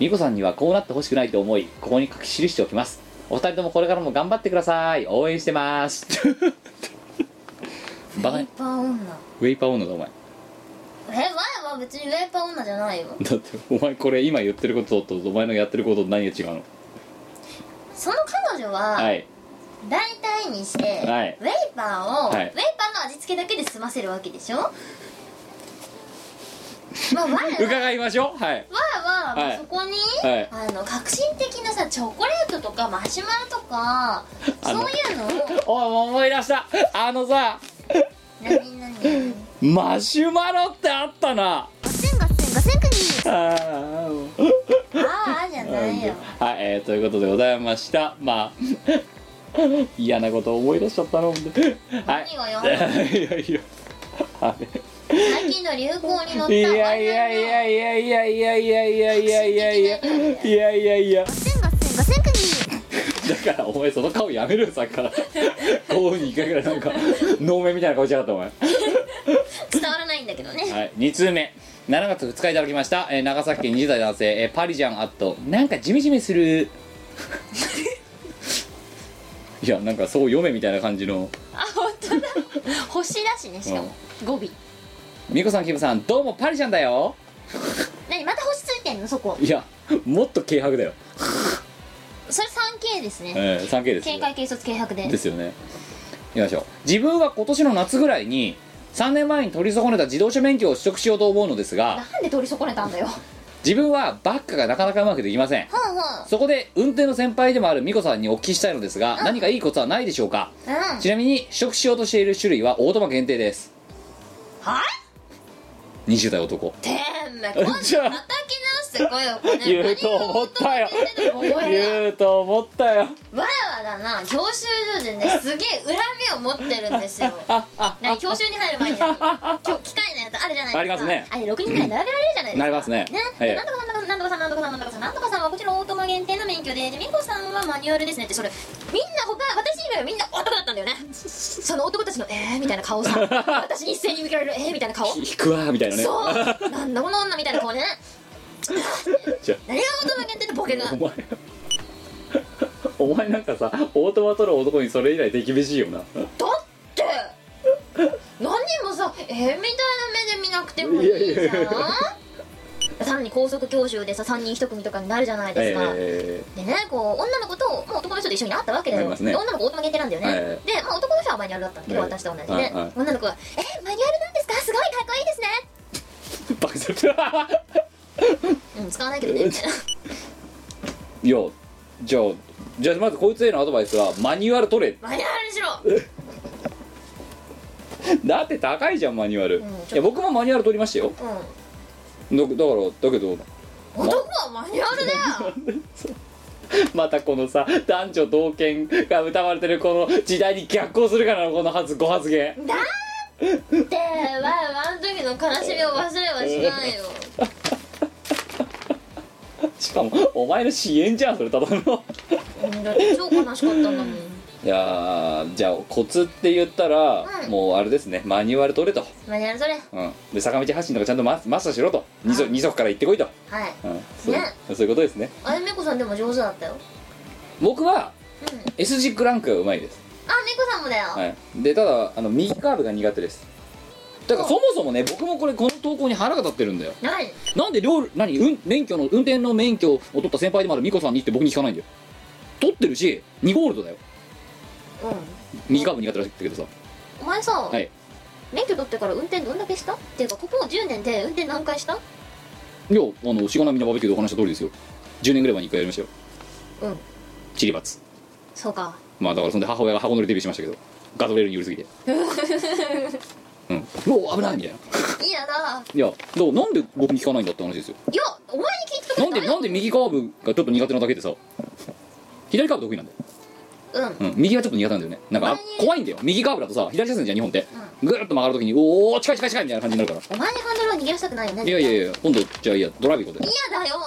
S1: ミコさんにはこうなってほしくないと思いここに書き記しておきますお二人ともこれからも頑張ってください応援してますバカ
S2: ウェイ
S1: ね
S2: パー女
S1: ウェイパー女だお前
S2: え前は別にウェイパー女じゃないよ
S1: だってお前これ今言ってることとお前のやってることと何が違うの
S2: その彼女は、
S1: はい
S2: 大体にして、
S1: はい
S2: ウェイパーを、
S1: はい
S2: ウェイパーの味付けだけで済ませるわけでしょ まあ我は
S1: 伺いましょうはい
S2: 我は、
S1: はい
S2: そこに、
S1: はい
S2: あの革新的なさチョコレートとかマシュマロと か
S1: あ
S2: そ
S1: の
S2: ういうの を
S1: おい思い出したあのさ
S2: 何何
S1: マシュマロってあったなあー
S2: ああじゃないよ
S1: はい、えーということでございましたまあ嫌なこと思い出しちゃったなほんではい
S2: 何がよ
S1: いやいやあれ
S2: 最近の流行に乗った
S1: いやいやいやいやいやいやいやいやいやいやいやいやいやいやだからお前その顔やめるよさっきから こういうふうに一回ぐらいなんか能面みたいな顔しやがったお前
S2: 伝わらないんだけど ね、
S1: はい、2通目7月2日いただきました、えー長崎県20代男性、えーパリジャンアットなんかジメジメするいやなんかそう読めみたいな感じの
S2: あ本当だ星だしねしかも、語尾
S1: 美子さんキムさんどうもパリジャンだよ
S2: 何また星ついてんのそこ
S1: いやもっと軽薄だよ、
S2: それ 3K ですね、
S1: えー、3K です
S2: 警戒軽率軽薄で
S1: ですよねいきましょう自分は今年の夏ぐらいに3年前に取り損ねた自動車免許を取得しようと思うのですが
S2: なんで取り損ねたんだよ
S1: 自分はバックがなかなかうまくできません
S2: ほんほ
S1: そこで運転の先輩でもある美子さんにお聞きしたいのですが何かいいコツはないでしょうか
S2: んうん
S1: ちなみに取得しようとしている種類はオートマ限定です
S2: はい
S1: 20代男
S2: てめえ今度叩き
S1: じゃあ
S2: 直してこいよこれ
S1: 言うと思ったよ
S2: 何が本当の言ってるの
S1: 言うと思ったよ
S2: わらわだな教習所でねすげえ恨みを持ってるんですよ
S1: ああ
S2: なに教習に入る前にねきょ機械のやつあるじゃないですか
S1: ありますね
S2: あれ6人ぐらい並べられるじゃないですか
S1: なりますね
S2: ね、
S1: ええ
S2: なんとかさんなんとかさんなんとかさんなんとかさんなんとかさんはこちらオートマ限定の免許ででみこさんはマニュアルですねってそれみんな他私以外はみんな男だったんだよねその男たちのえーみたい な顔さ私に一斉に向けられるえーみたいな顔そ
S1: 引くわみたいなね
S2: うなんだこの女みたいな顔ね
S1: じゃ
S2: 何がオートマ限定のボケな
S1: あお前お前 なんかさオートマ取る男にそれ以来手厳しいよな
S2: だって何もさえー、みたいな目で見なくてもいい
S1: い
S2: じ
S1: やい
S2: ゃ
S1: やい
S2: んさらに高速教習でさ3人1組とかになるじゃないですか、
S1: え
S2: でねこう女の子ともう男の人と一緒に会ったわけだ
S1: な
S2: よ、
S1: りますね
S2: で女の子オートマ限定なんだよね、
S1: え
S2: で、まあ、男の人はマニュアルだったんだけど、
S1: ええ
S2: 私と同じで、
S1: はいはい
S2: 女の子は「えマニュアルなんですかすごいかっこいいですね
S1: ー、 バカじゃん」
S2: うん使わないけどねみたいな い
S1: やじゃあじゃあまずこいつへのアドバイスはマニュアル取れ
S2: マニュアルにしろ
S1: だって高いじゃんマニュアル、
S2: うんちょっと
S1: いや僕もマニュアル取りましたよ
S2: う
S1: だだからだけど
S2: ん男はマニュアルだよ
S1: ま たこのさ男女同権が歌われてるこの時代に逆行するからのこの発ご発言
S2: でわいはあの時の悲しみを忘れはしないよ
S1: しかもお前の支援じゃんそれただの
S2: うんだって超悲しかったんだもん
S1: いやーじゃあコツって言ったら、
S2: うん
S1: もうあれですねマニュアル取れと、
S2: マニュアルそれ
S1: うん、で坂道発進とかちゃんとママスターしろと二足二足から行ってこいと、
S2: はい
S1: うんそう
S2: ね
S1: そういうことですね
S2: あやめこさんでも上手だったよ
S1: 僕は
S2: うん
S1: S 字クランクがうまいです、
S2: あめこさんもだよ、
S1: はい、でただあの右カーブが苦手ですだからそもそもね僕もこれこの投稿に腹が立ってるんだよ
S3: はい
S1: なんで料理何運免許の運転の免許を取った先輩でもある美子さんにって僕に聞かないんだよ取ってるし2ゴールドだよ
S3: うん
S1: 右カーブ苦手らしくてけどさ
S3: お前さ、
S1: はい
S3: 免許取ってから運転どんだけしたっていうかここ10年で運転何回した
S1: いやあのしがなみのバーベキューでお話した通りですよ10年ぐらい前に1回やりましたよ
S3: うん
S1: チリバツ
S3: そうか
S1: まあだからそんで母親が箱乗りデビューしましたけどガトレールに寄りすぎてうんうお危ないみたいない
S3: やだ
S1: いやだからなんで僕に聞かないんだって話ですよ
S3: いやお前に聞いた
S1: な
S3: こ
S1: ん
S3: と
S1: でなんで右カーブがちょっと苦手なだけでさ左カーブ得意なんだよ
S3: うん
S1: うん、右がちょっと苦手なんだよねなんかあ怖いんだよ右カーブだとさ左車線じゃん日本って、ぐるっと曲がるときにおお近い近い近いみたいな感じになるか
S3: お前にハンドルを握らせたくないよね
S1: らいやいやいや今度じゃあいいやドライブ行こうで
S3: 嫌だよ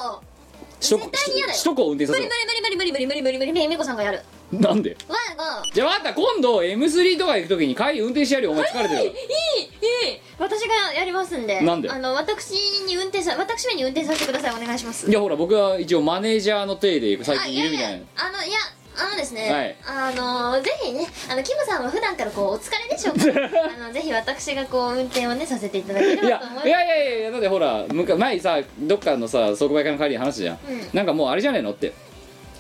S1: 首都
S3: 絶対に嫌だよ
S1: 首都高を運転
S3: 無
S1: させ
S3: 理無
S1: ろ
S3: 理無理無理無理無理無理無理無理美子さんがやる
S1: なんで
S3: わが
S1: じゃあ分かった今度 M3 とか行くときに帰り運転してやるよお前疲れて
S3: いいい
S1: る
S3: いいい私がやりますんで
S1: なんで
S3: あの私に運転さ私めに運転させてくださいお願いします
S1: いやほら僕は一応マネージャーの体で最近いるみたいな
S3: あのいやあのです
S1: は
S3: ね
S1: い、
S3: あのぜひねあのキムさんは普段からこうお疲れでしょうかあのぜひ私がこう運転をねさせていただけれ
S1: い
S3: ば
S1: や
S3: と思います
S1: いやいやいやだってほらむか前さどっかのさ即売会の帰りに話したじゃん、
S3: うん
S1: なんかもうあれじゃねえのって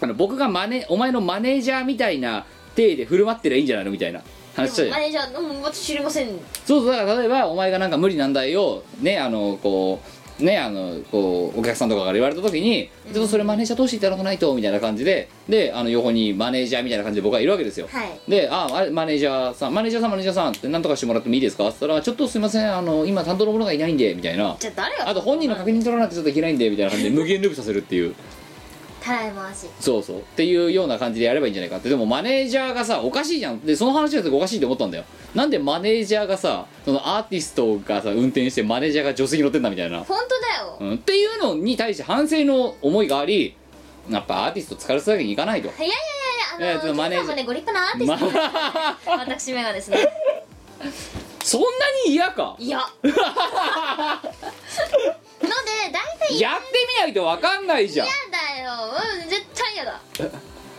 S1: あの僕がマネお前のマネージャーみたいな体で振る舞ってりゃいいんじゃないのみたいな話した
S3: で
S1: じ
S3: も
S1: ゃん
S3: マネージャーうん私知りません
S1: そうそうだから例えばお前がなんか無理なんだよねあのこうねあのこうお客さんとかから言われた時にちょっとそれマネージャー通していただかないとみたいな感じでであの横にマネージャーみたいな感じで僕はいるわけですよ、
S3: はい
S1: で「ああれマネージャーさんマネージャーさんマネージャーさん」って何とかしてもらってもいいですか?」って言ったら「ちょっとすいませんあの今担当の者がいないんで」みたいな
S3: じゃあ誰 が
S1: あと本人の確認取らなくちょっといけないんでみたいな感 じで無限ループさせるっていう
S3: たらい回し
S1: そうそうっていうような感じでやればいいんじゃないかってでもマネージャーがさおかしいじゃんでその話だとおかしいと思ったんだよなんでマネージャーがさそのアーティストがさ運転してマネージャーが助手席乗ってんだみたいな、
S3: 本当だよ
S1: うん、っていうのに対して反省の思いがありやっぱアーティスト疲れてたわけにいかないと
S3: いやいやいやいや
S1: え
S3: あ
S1: ー
S3: の
S1: とマネージャー
S3: キムさんもねご立派なアーティストですからね私めがですね
S1: そんなに嫌 か
S3: いやので大体
S1: やってみないと分かんないじゃん
S3: 嫌だようん絶対嫌だ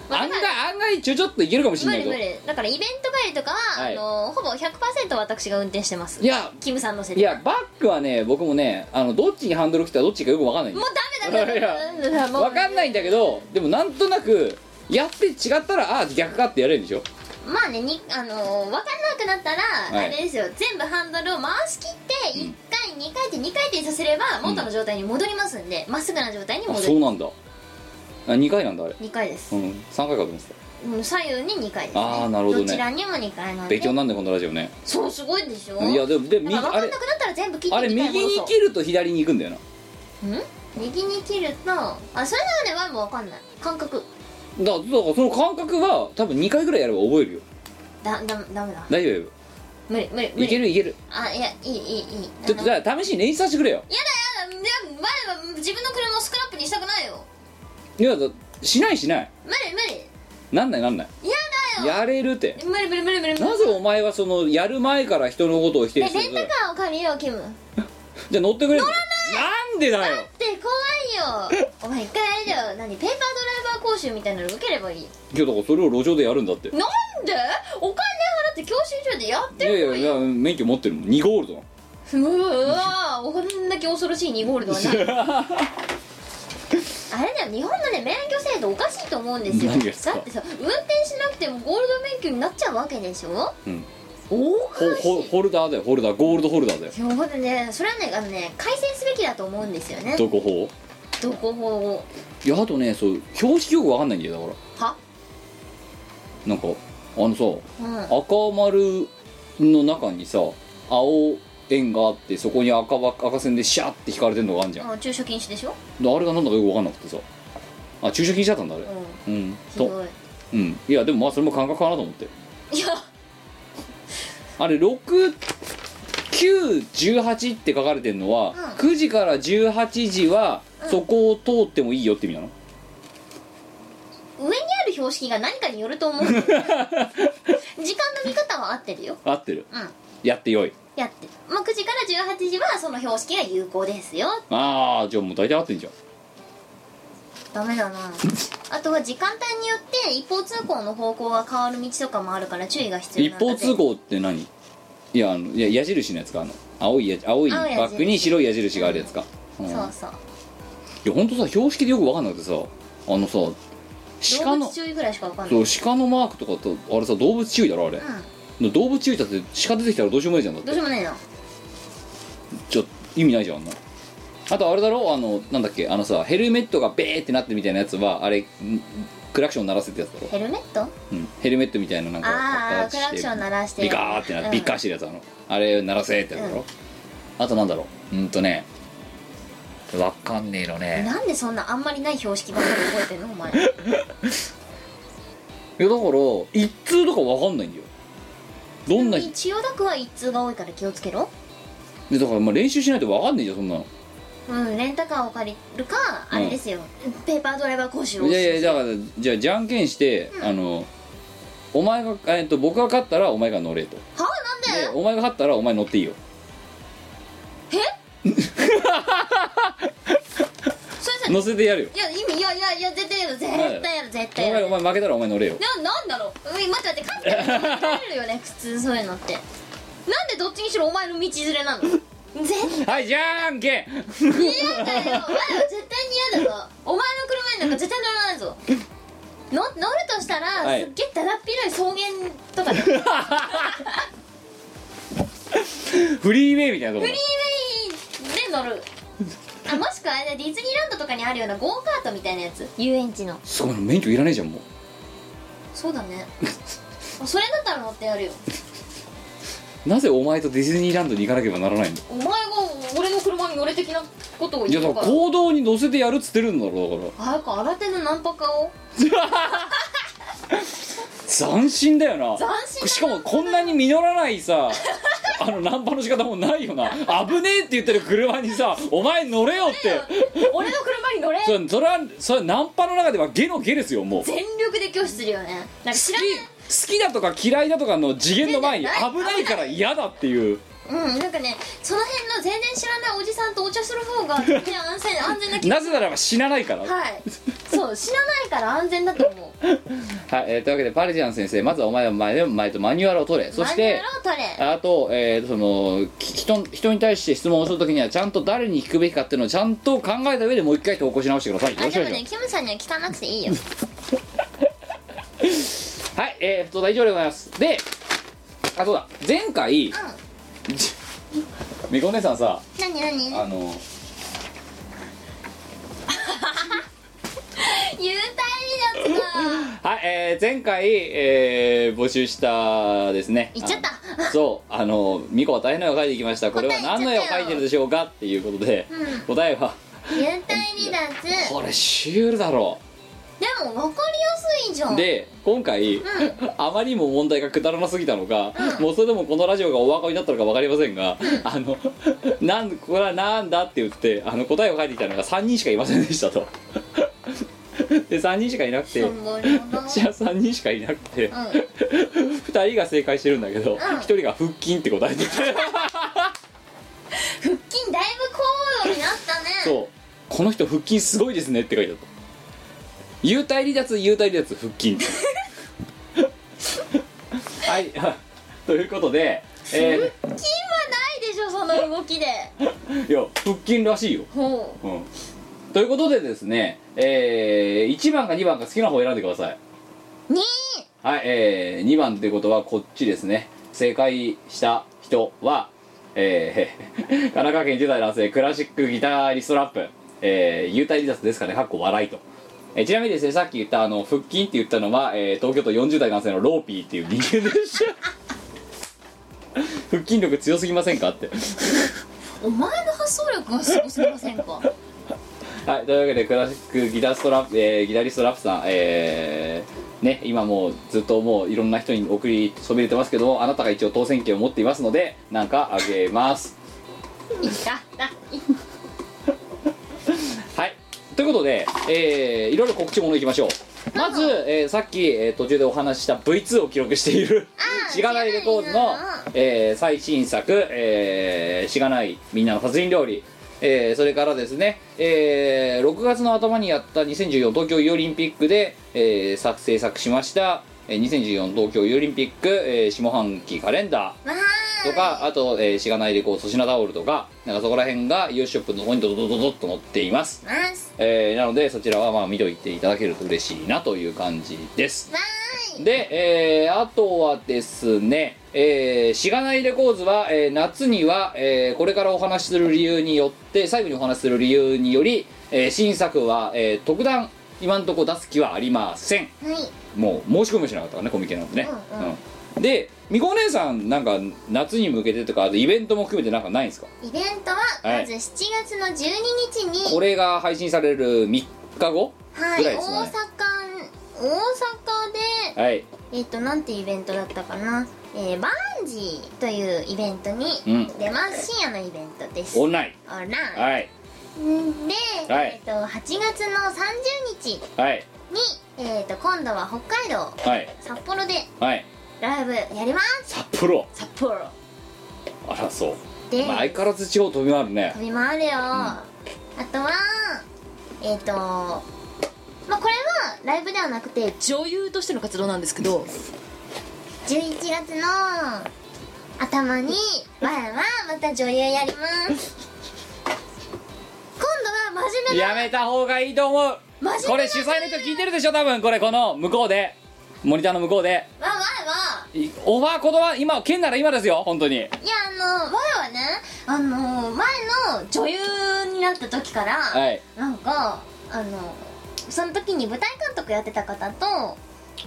S1: 案外案外ちょちょっといけるかもしれ
S3: 無
S1: ない
S3: 理
S1: けど
S3: 無理だからイベント帰りとかは、
S1: はい
S3: あのほぼ100%私が運転してます
S1: いや
S3: キムさんのせい
S1: い
S3: で
S1: やバックはね僕もねあのどっちにハンドル切ったらどっちかよく分かんないん
S3: も
S1: だよ
S3: うダメだ
S1: いや
S3: ダ メだもう
S1: 分かんないんだけどでもなんとなくやって違ったらああ逆かってやれるんでしょ
S3: まあねにあの分かんなくなったら、
S1: はい
S3: あれですよ全部ハンドルを回し切って1回、2回転2回転させれば元の状態に戻りますんでま、っすぐな状態に
S1: あ
S3: 戻
S1: そう
S3: る
S1: なんだあ2回なんだあれ
S3: 2回です、
S1: うん3回かと思って
S3: うん、左右に2回です、ね、
S1: あーなるほどね
S3: ちらにも2
S1: た
S3: 回なんで
S1: 勉強になんでこのラジオね
S3: そうすごいでしょ
S1: いやでもで
S3: だ
S1: 右
S3: から分
S1: あ
S3: かん
S1: れ
S3: なくなったら全部切って
S1: あれ
S3: 2回
S1: 右
S3: 戻
S1: に
S3: そう
S1: 切ると左に行くんだよなん
S3: 右に切るとあそれならねワイも分かんない感覚
S1: だだからその感覚は多分2回ぐらいやれば覚えるよ
S3: だだダメだ
S1: 大丈夫よ
S3: 無理無理無理
S1: いけるいける
S3: あいやいいいいいい
S1: ちょっと
S3: あのやだや
S1: だから試しに練習させてくれよ
S3: だ前は自分の車をスクラップにしたくないよ
S1: いやだしないしない
S3: 無理無理
S1: なんないなんない
S3: やだよ
S1: やれるって
S3: 無理無理無理無理無理
S1: なぜお前はそのやる前から人のことを否
S3: え
S1: 定する
S3: レンタカーを借りようキムだ
S1: じゃあ乗ってくれる乗らなんでだよ
S3: って怖いよお前一回あれだよ何ペーパードライバー講習みたいなの受ければいい
S1: いやだからそれを路上でやるんだって
S3: なんでお金払って教習所でやっ
S1: い
S3: て
S1: や
S3: る
S1: いやいや免許持ってるもん2ゴールド
S3: うわこんだけ恐ろしい2ゴールドはね あれだよ日本のね免許制度おかしいと思うんですよ
S1: 何がですか
S3: だってさ運転しなくてもゴールド免許になっちゃうわけでしょ
S1: うん
S3: お
S1: ホホホルダーだよホルダーゴールドホルダーだよ
S3: そうだねそれはねあのね改正すべきだと思うんですよね
S1: どこ法
S3: どこも
S1: いやあとねそう標識よくわかんないんだよだから
S3: は
S1: なんかあのさ
S3: うん
S1: 赤丸の中にさ青円があってそこに赤ば赤線でシャーって引かれてんのがあるじゃん
S3: あ駐車禁止でしょ
S1: であれがなんだかよくわかんなくてさあ駐車禁止だったんだあれ
S3: う
S1: うん
S3: ひ
S1: と
S3: どい
S1: うんいやでもまあそれも感覚かなと思って
S3: いや
S1: あれ6918って書かれてるのは、9時から18時はそこを通ってもいいよって意味なの、
S3: 上にある標識が何かによる と思うんだよね時間の見方は合ってるよ
S1: 合ってる
S3: うん
S1: やってよい
S3: やってる、まあ、9時から18時はその標識が有効ですよ
S1: ああじゃあもう大体合ってんじゃん
S3: ダ メだなあとは時間帯によって一方通行の方向が変わる道とかもあるから注意が必要
S1: 一
S3: なんだ
S1: 方
S3: って
S1: 通行って何いやあのいや矢印のやつかあの青いや青い
S3: 青い矢印
S1: バッグに白い矢印があるやつか、うん
S3: そうそう
S1: いや本当さ標識でよく分かんなくてさあのさ鹿
S3: 動
S1: の
S3: 物注意ぐらいしかわかんな
S1: そう
S3: い
S1: 鹿のマークとかとあれさ動物注意だろあれ、動物注意だって鹿出てきたらどうしようもないじゃんだって
S3: どうしようもないの
S1: ちょ意味ないじゃんあんなあとあれだろあのなんだっけあのさヘルメットがベーってなってみたいなやつはあれんクラクション鳴らせってやつだろ
S3: ヘルメット
S1: うん、ヘルメットみたいななんか
S3: あ
S1: 形し
S3: ー
S1: て
S3: クラクション鳴らして
S1: ビカーってなって、
S3: うん
S1: ビッカーしてるやつあのあれ鳴らせってやつだろ、あとなんだろううんとねわかんねえのね
S3: なんでそんなあんまりない標識ばっかり覚えてんの お前
S1: いやだから一通とかわかんないんだよどんな
S3: に千代田区は一通が多いから気をつけろ
S1: でだからまあ練習しないとわかんねえじゃんそんなの
S3: うんレンタカーを借りるかあれですよ、ペーパードライバー講習を
S1: いやいやだからじゃあじゃんけんして、あのお前が、えっと、僕が勝ったらお前が乗れと
S3: はあなんで
S1: でお前が勝ったらお前乗っていいよ
S3: それさ
S1: 乗せてやるよ
S3: いや意味いやいやいや絶対やる絶対やる絶
S1: お
S3: 対や
S1: 前
S3: る
S1: お前負けたらお前乗れよ
S3: ななんだろううん待って待って勝ってら乗られるよ ね普通そういうのってなんでどっちにしろお前の道連れなの絶
S1: はいじゃんけん
S3: 対嫌だよお前は絶対に嫌だぞお前の車になんか絶対乗らないぞの乗るとしたら、
S1: はい
S3: すっげえだだっ広い草原と かでフ
S1: フリー
S3: リーウ
S1: ウェイみたいなとこ
S3: ェイで乗るあもしくはあれだディズニーランドとかにあるようなゴーカートみたいなやつ遊園地の
S1: すごい免許いらないじゃんもう
S3: そう だねあそれだったら乗ってやるよ
S1: なぜお前とディズニーランドに行かなければならないの
S3: お前が俺の車に乗れ的なことを
S1: い
S3: 言
S1: や
S3: っ
S1: だ
S3: た
S1: か
S3: からら
S1: 行動に乗せてやるっつってるんだろうだから
S3: あやか新手のナンパ顔
S1: 斬新だよな
S3: 斬新だな
S1: しかもこんなに実らない さあのナンパの仕方もないよな危ねえって言ってる車にさお前乗れよって
S3: 俺の車に乗れ
S1: それそれはそれはナンパの中ではゲのゲですよもう好
S3: 全力で拒否するよねなんか知ら
S1: きだとか嫌いだとかの次元の前に
S3: 全然な
S1: 危
S3: い
S1: ないから嫌だっていう
S3: ないうんなんかねその辺の全然知らないおじさんとお茶する方が全然安全安全な気が
S1: なぜならば死なないからはい、
S3: はいそう知らないから安全だと思う
S1: えーというわけでパルジャン先生まずはお前は前前とマニュアルを取れ そして
S3: マニュアルを取れ
S1: あと、えー、そのき人人に対して質問をするときにはちゃんと誰に聞くべきかっていうのをちゃんと考えた上でもう一回投稿し直してくださいよ
S3: あ
S1: ろしく
S3: で
S1: お
S3: も
S1: 願
S3: ね
S1: いし
S3: キムさんには聞かなくていいよ
S1: ますはいえー、不登壇以上でございますであそうだ前回、みこねさんさ
S3: 何何
S1: あの
S3: 幽体離脱か
S1: はい、えー、前回、えー募集したですね
S3: 言っちゃった
S1: あのそうあの「ミコは大変な絵を描いてきましたこれは何の絵を描いてるでしょうか?」っていうことで、
S3: うん
S1: 答えは
S3: 幽体離脱
S1: 「これシュールだろ
S3: でも分かりやすいじゃ
S1: う」
S3: ん
S1: で今回、あまりにも問題がくだらなすぎたのか、もうそれでもこのラジオがお分かりになったのか分かりませんが、あの なんこれはなんだって言ってあの答えを書いてきたのが3人しかいませんでしたと で3人しかいなくて
S3: しょんぼりだな
S1: じゃあ3人しかいなくて、2人が 正解してるんだけど、1人が腹筋って答えてて
S3: 腹筋だいぶ高度になったね
S1: そうこの人腹筋すごいですねって書いてあった幽体離脱幽体離脱腹筋 はい ということで、え
S3: 腹筋はないでしょその動きで
S1: ーいや腹筋らしいよ、
S3: ほう
S1: うん、ということでですね、え1番か2番か好きな方を選んでください
S3: 2
S1: はい、えー、2番ってことはこっちですね正解した人はえー、 神奈川県10代男性クラシックギタリストラップ、えー、幽体離脱ですかねかっこ笑いと、えーちなみにですねさっき言ったあの腹筋って言ったのは、えー東京都40代男性のローピーっていう人間でした 腹筋力強すぎませんかって
S3: お前の発想力がすごすぎませんか
S1: はい、というわけでクラシックギターストラップ、えーギタリストラップさん、えーね、今もうずっともういろんな人に送りそびれてますけどもあなたが一応当選権を持っていますのでなんかあげます
S3: いただい
S1: はいということで、えーいろいろ告知ものいきましょうまず、えーさっき、えー途中でお話しした V2 を記録しているしがないレコードの、えー最新作、えーしがないみんなの殺人料理、えーそれからですね、えー6月の頭にやった2014東京オリンピックで、えー作成作しましたえー2014東京オリンピック、えー下半期カレンダー
S3: わ
S1: とかあと、えー、しがないレコード粗品タオルとかなんかそこら辺がイオシショップの方にドドドドドッと載っています、
S3: ます
S1: えーなのでそちらはまあ見といていただけると嬉しいなという感じです
S3: わーい
S1: で、えーあとはですね、えーしがないレコーズは、えー夏には、えーこれからお話しする理由によって、最後にお話しする理由により、えー新作は、えー特段、今んとこ出す気はありません。
S3: はい
S1: もう、申し込みもしなかったからね、コミケなんてね。うんで、みこお姉さん、なんか、夏に向けてとか、あとイベントも含めてなんかないんですか
S3: イベントは
S1: はい
S3: まず7月の12日に、
S1: これが配信される3日後
S3: は
S1: ぐ
S3: い、
S1: らい
S3: 大
S1: ですか
S3: 阪
S1: ね。
S3: 大阪で、
S1: はい。
S3: えっ、となんていうイベントだったかな、えーバンジーというイベントに
S1: うん
S3: 出ます、深夜のイベントです
S1: オンライ
S3: オン
S1: ン。
S3: ライ
S1: はい。
S3: ンで、
S1: はい
S3: えっ、と8月の30日に、
S1: はい。
S3: えっと今度は北海道
S1: はい。
S3: 札幌で
S1: はい。
S3: ライブやります
S1: 札幌。
S3: 札幌
S1: あらそう
S3: で
S1: まあ、相変わらず地方飛び回るね
S3: 飛び回るよ、あとはえっ、とまあこれはライブではなくて
S12: 女優としての活動なんですけど
S3: 11月の頭にわんはまた女優やります今度は真面目な
S1: やめた方がいいと思う
S3: マジで
S1: これ主催の人聞いてるでしょ多分これこの向こうでモニターの向こうで
S3: わわはい
S1: オファー言葉今県なら今ですよ本当に
S3: いやあのわはねあの前の女優になった時から、
S1: はい
S3: なんかあのその時に舞台監督やってた方と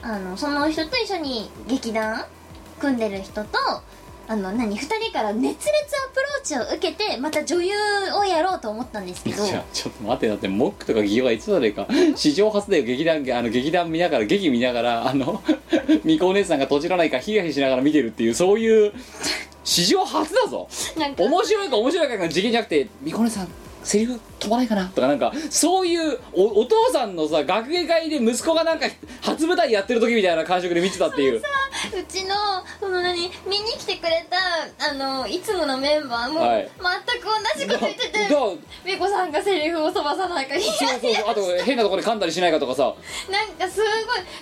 S3: あのその人と一緒に劇団組んでる人とあの何2人から熱烈アプローチを受けてまた女優をやろうと思ったんですけど
S1: いやちょっと待ってだってモックとかギオがいつまでか史上初だよ劇団あの劇団見ながら劇見ながらあの みこお姉さんが閉じらないかヒヤヒヤしながら見てるっていうそういう史上初だぞ
S3: なんか
S1: 面白いか面白いかの事件じゃなくてみこねさんセリフ飛ばないかなとかなんかそういうおお父さんのさ学芸会で息子がなんか初舞台やってる時みたいな感触で見てたっていう
S3: うちのその何見に来てくれたあのいつものメンバーも、
S1: はい
S3: 全く同じこと言ってて
S1: だそう
S3: 美子さんがセリフを飛ばさないかいや
S1: そうそうあと変なところで噛んだりしないかとかさ
S3: なんかすごい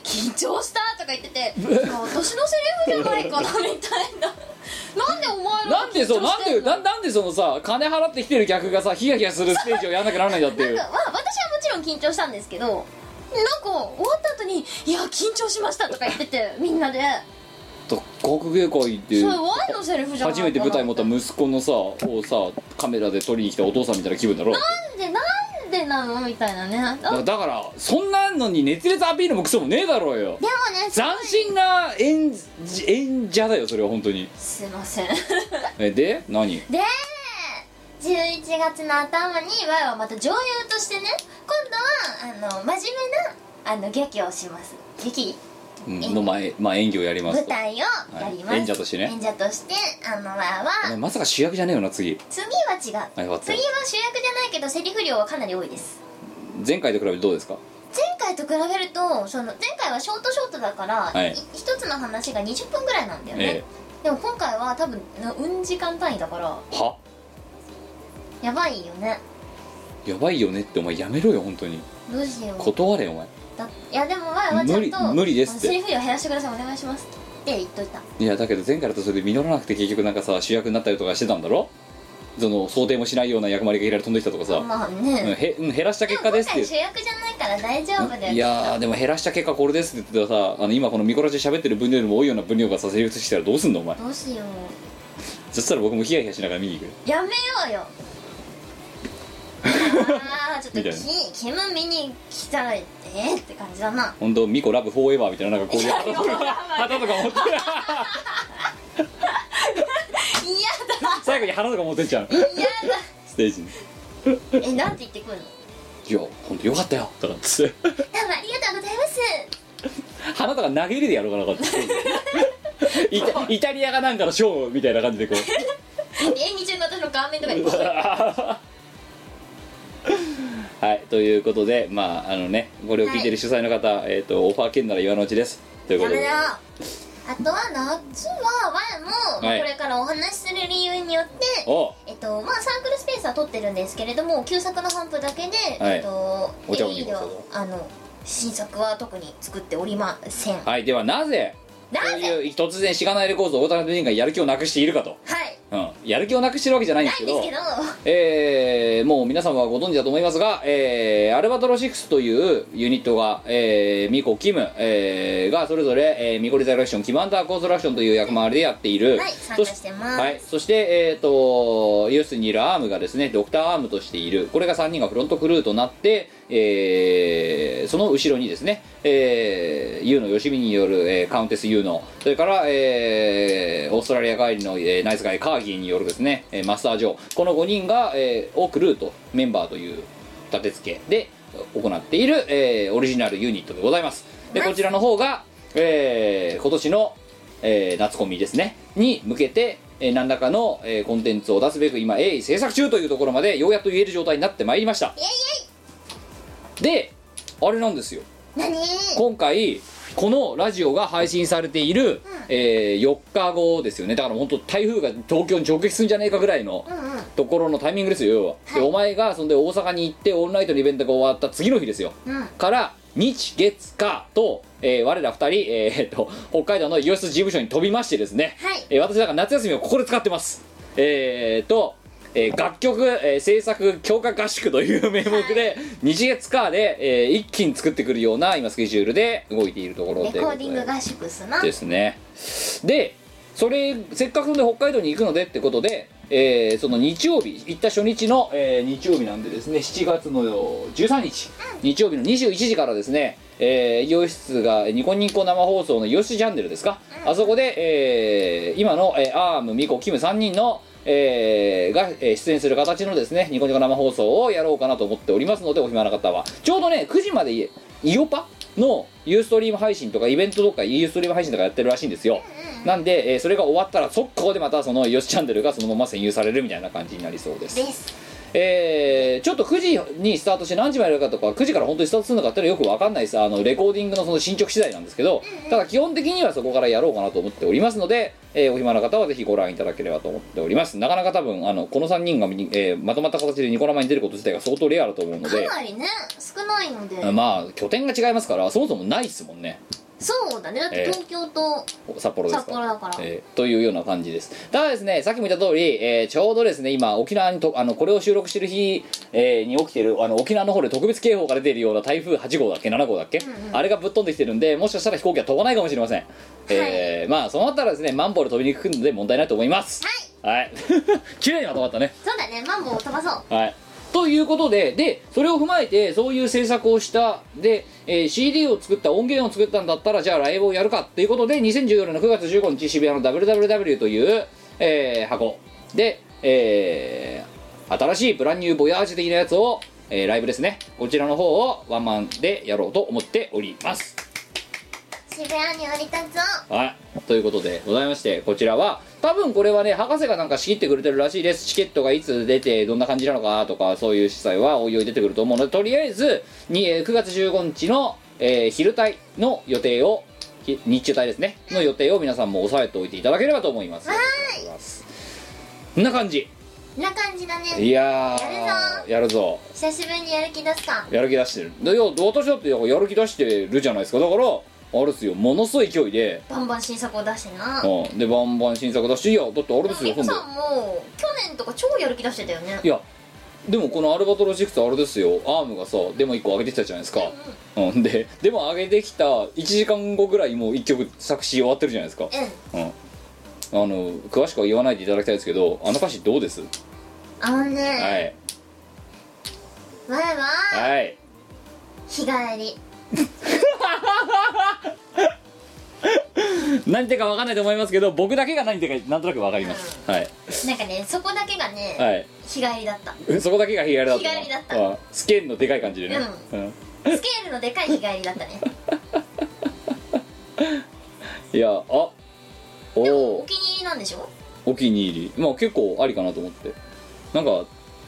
S3: 緊張したとか言っててあ私のセリフじゃないかなみたい ななんでお前ら
S1: なんでそうなんでななんでそのさ金払ってきてる客がさヒヤヒヤするステージをやんなきゃならないんだって
S3: ないん
S1: う
S3: か、まあ、私はもちろん緊張したんですけどなんか終わった後に「いや緊張しました」とか言っててみんなで
S1: と航空芸会って
S3: 「
S1: い
S3: そうれワイのセリフじゃない
S1: 初めて舞台持った息子のさをさカメラで撮りに来たお父さんみたいな気分だろ
S3: なんでなんでなの?」みたいなねあで
S1: だか
S3: も
S1: らだからそんなのに熱烈アピールもクソもねえだろうよ
S3: ね
S1: 斬新な演じ演者だよそれは本当に
S3: すいません
S1: えで何
S3: で11月の頭にワイはまた女優としてね今度はあの真面目なあの劇をします劇
S1: うんの前、まあ、演技をやります
S3: 舞
S1: と
S3: 台をやります、
S1: はい演者としてね
S3: 演者としてあのワイ
S1: お前
S3: は
S1: まさか主役じゃねえよな次
S3: 次は違う次は
S1: あよかった
S3: 主役じゃないけどセリフ量はかなり多いです
S1: 前回と比べてどうですか
S3: 前回と比べるとその前回はショートショートだから、
S1: はい
S3: い一つの話が20分ぐらいなんだよね、
S1: え
S3: でも今回は多分なうん時間単位だから
S1: えは
S3: やばいよね
S1: やばいよねってお前やめろよ本当に
S3: どうしよう
S1: 断れお前
S3: だいやでも前はちゃんと
S1: 無理無理ですって
S3: セリフ量減らしてくださいお願いしますって言っといた
S1: いやだけど前回だとそれで実らなくて結局なんかさ主役になったりとかしてたんだろその想定もしないような役割がいきなり飛んできたとかさ、
S3: まあ
S1: うん
S3: ね
S1: へうん減らした結果ですってい
S3: 今回
S1: う
S3: 主役じゃないから大丈夫だよ
S1: いやーでも減らした結果これですって言ってたらさあの今このミコラジで喋ってる分量よりも多いような分量がさ成立してたらどうすんのお前
S3: どうしよ
S1: そしたら僕もヒヤヒヤしながら見に行くよ
S3: うやめようよあーちょっと
S1: みたいな
S3: きキム見に来たらえーって感じだな
S1: 本当ミコラブフォーエバーみたいな なんかこういう旗とか旗とか持って
S3: 嫌 だ
S1: 最後に花とか持ってっちゃうステージに
S3: 嫌だえなんて言ってくるの
S1: いや本当よかったよとかっつって
S3: どうもありがとうございます
S1: 花とか投げ入れでやろうかなこうやってイ タイタリアがなんかのショーみたいな感じでこう
S3: 演技中の私の顔面とかに
S1: はいということでまああのねこれを聞いてる主催の方、えっ、とオファー券なら岩のうちですというこ
S3: や
S1: と
S3: め
S1: で
S3: ろあとは夏はワンも
S1: はい
S3: これからお話しする理由によって、
S1: お
S3: えっとまあ、サークルスペースは取ってるんですけれども旧作の半分だけで、
S1: はい
S3: えっと、
S1: お茶を
S3: エリ
S1: 飲
S3: ー
S1: みます
S3: あの新作は特に作っておりません、
S1: はいではなぜそういう突然しがないレコーズを大田部人がやる気をなくしているかと、
S2: はい
S1: うん、やる気をなくしてるわけじゃないんですけど
S2: ですけど
S1: えーもう皆様はご存知だと思いますが、えーアルバトロ6というユニットが、えーミコ・キム、えーがそれぞれ、えーミコ・リザクションキム・アンダー・コンストラクションという役回りでやっている、
S2: はい参加してます
S1: はい、そして、えー、とユースにいるアームがですねドクターアームとしているこれが3人がフロントクルーとなって、えーその後ろにですね、えー、ユーのよしみによる、えーカウンテスユーのそれから、えーオーストラリア帰りの、えーナイスガイカーギーによるですね、えーマスタージョーこの5人が、えーをクルーとメンバーという立て付けで行っている、えーオリジナルユニットでございますでこちらの方が、えー今年のえー夏コミですねに向けて、えー何らかの、えーコンテンツを出すべく今鋭意制作中というところまでようやっと言える状態になってまいりましたであれなんですよ
S2: 何
S1: 今回このラジオが配信されている、えー4日後ですよねだから本当台風が東京に直撃するんじゃねえかぐらいの
S2: うんうん
S1: ところのタイミングですよ要は、でお前がそんで大阪に行ってオンライトのイベントが終わった次の日ですよ、
S2: うん
S1: から日月火と、えー我ら二人、えーえっと北海道のイオシス事務所に飛びましてですね、
S2: はい
S1: えー私だから夏休みをここで使ってますえー、っと、えー楽曲、えー制作強化合宿という名目で、日月火で、えー一気に作ってくるような今スケジュールで動いているところで
S2: レ
S1: ございます
S2: コーディング合宿すな
S1: ですねでそれせっかくで北海道に行くのでってことで、えーその日曜日行った初日の、えー日曜日なんでですね7月の13日、日曜日の21時からですねえー、イオシスがニコニコ生放送のイオシスチャンネルですか、あそこで、えー今の、えーアームミコキム3人の、えーが、えー出演する形のですねニコニコ生放送をやろうかなと思っておりますのでお暇な方はちょうどね9時までいイオパのユーストリーム配信とかイベントとかユーストリーム配信とかやってるらしいんですよ、なんで、えーそれが終わったら速攻でまたそのよしチャンネルがそのまま占有されるみたいな感じになりそうですえーちょっと9時にスタートして何時までやるかとか9時から本当にスタートするのかっていうのはよくわかんないさあのレコーディングのその進捗次第なんですけどただ基本的にはそこからやろうかなと思っておりますので、えーお暇な方はぜひご覧いただければと思っておりますなかなか多分あのこの3人がに、えーまとまった形でニコ生に出ること自体が相当レアだと思うので
S2: かなりね少ないので
S1: まあ拠点が違いますからそもそもないですもんね
S2: そうだねだって東京と
S1: 札幌です
S2: 札
S1: か
S2: 幌だから
S1: えーというような感じですただですねさっきも言った通り、えーちょうどですね今沖縄にとあのこれを収録してる日、えーに起きてるあの沖縄の方で特別警報が出ているような台風8号だっけ7号だっけ、あれがぶっ飛んできてるんでもしかしたら飛行機は飛ばないかもしれません、えーまあそうなったらですねマンボウで飛びにくくので問題ないと思いますはい、 はい、綺麗にまとまったね
S2: そうだねマンボウを飛ばそう
S1: はい、ということででそれを踏まえてそういう制作をしたで、えー CD を作った音源を作ったんだったらじゃあライブをやるかっていうことで2014年の9月15日渋谷の WWW という、えー箱で、えー新しいブランニューボヤージュ的なやつを、えーライブですねこちらの方をワンマンでやろうと思っております
S2: 渋谷に降り立つ
S1: はい、ということでございましてこちらは多分これはね博士がなんか仕切ってくれてるらしいですチケットがいつ出てどんな感じなのかとかそういう主催はおいおい出てくると思うのでとりあえずにえー9月15日の、えー昼帯の予定をひ日中帯ですねの予定を皆さんも押さえておいていただければと思います
S2: わ
S1: こんな感じ
S2: ーいな感じだね
S1: いや
S2: やる
S1: ーやるぞ
S2: 久しぶりにやる気出すか
S1: やる気出してるでいや私だってやる気出してるじゃないですかだからあれですよものすごい勢いで
S2: バンバン新作を出してな
S1: うん、でバンバン新作だしいやだってあれですよ
S2: ミ
S1: 今
S2: コさ
S1: 度
S2: んも去年とか超やる気出してたよね
S1: いやでもこのアルバトロ6あれですよアームがさデモ1個上げてきたじゃないですか、うんででも上げてきた1時間後ぐらいもう1曲作詞終わってるじゃないですか、うんあの詳しくは言わないでいただきたいですけどあの歌詞どうです
S2: あのね
S1: はい
S2: 前は
S1: はい
S2: 日帰り
S1: 何てか分かんないと思いますけど僕だけが何てかなんとなく分かります、はい
S2: なんかねそこだけがね、
S1: はい
S2: 日帰りだった
S1: そこだけが日帰りだったな
S2: 日帰りだった
S1: うんスケールのでかい感じでね、うん
S2: スケールのでかい日帰りだったね
S1: いやあお お
S2: お気に入りなんでしょ
S1: お気に入りまあ結構ありかなと思ってなんか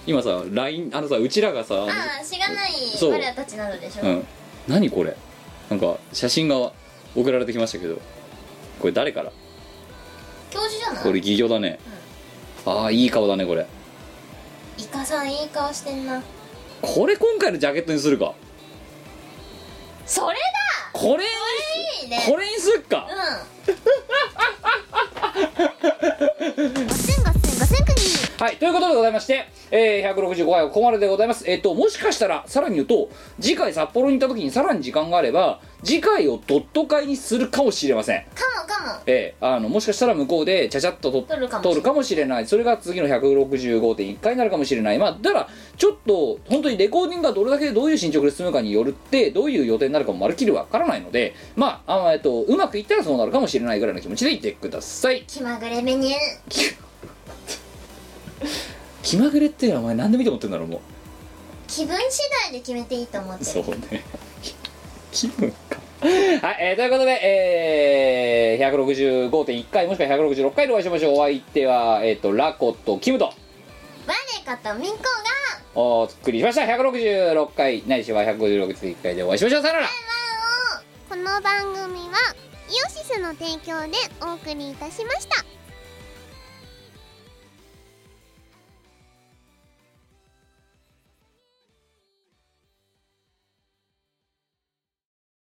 S1: 今さ LINE あのさうちらがさ
S2: ああしがない
S1: そう
S2: 我らたちなどでしょ、
S1: うん何これなんか写真が送られてきましたけどこれ誰から
S2: 教授じゃない
S1: これ企業だね、ああいい顔だねこれ
S2: イカさんいい顔してんな
S1: これ今回のジャケットにするか
S2: それだ
S1: これ
S2: これいいいいね
S1: これにすっか はいということでございまして、えー165回はここまででございますえっ、ともしかしたらさらに言うと次回札幌に行った時にさらに時間があれば次回をドット会にするかもしれません
S2: かもかも
S1: ええあのもしかしたら向こうでちゃちゃっとと
S2: 撮るかもしれない
S1: 撮るかもしれないそれが次の165.1回になるかもしれないまあだからちょっと本当にレコーディングがどれだけどういう進捗で進むかによるってどういう予定になるかもまるっきりわからないのでまああのえっとうまくいったらそうなるかもしれないぐらいの気持ちでいってください
S2: 気まぐれメニュー
S1: 気まぐれっていうのはお前何で見て思ってんだろうも
S2: 気分次第で決めていいと思って
S1: う
S2: る
S1: そうね気分かはい、えー、ということで、えー、165.1回もしくは166回でお会いしましょうお相手は、えっとラコとキムと
S2: 我かとみんこが
S1: お送りしました166回ないしは156回でお会いしましょうさよなら
S3: この番組はイオシスの提供でお送りいたしました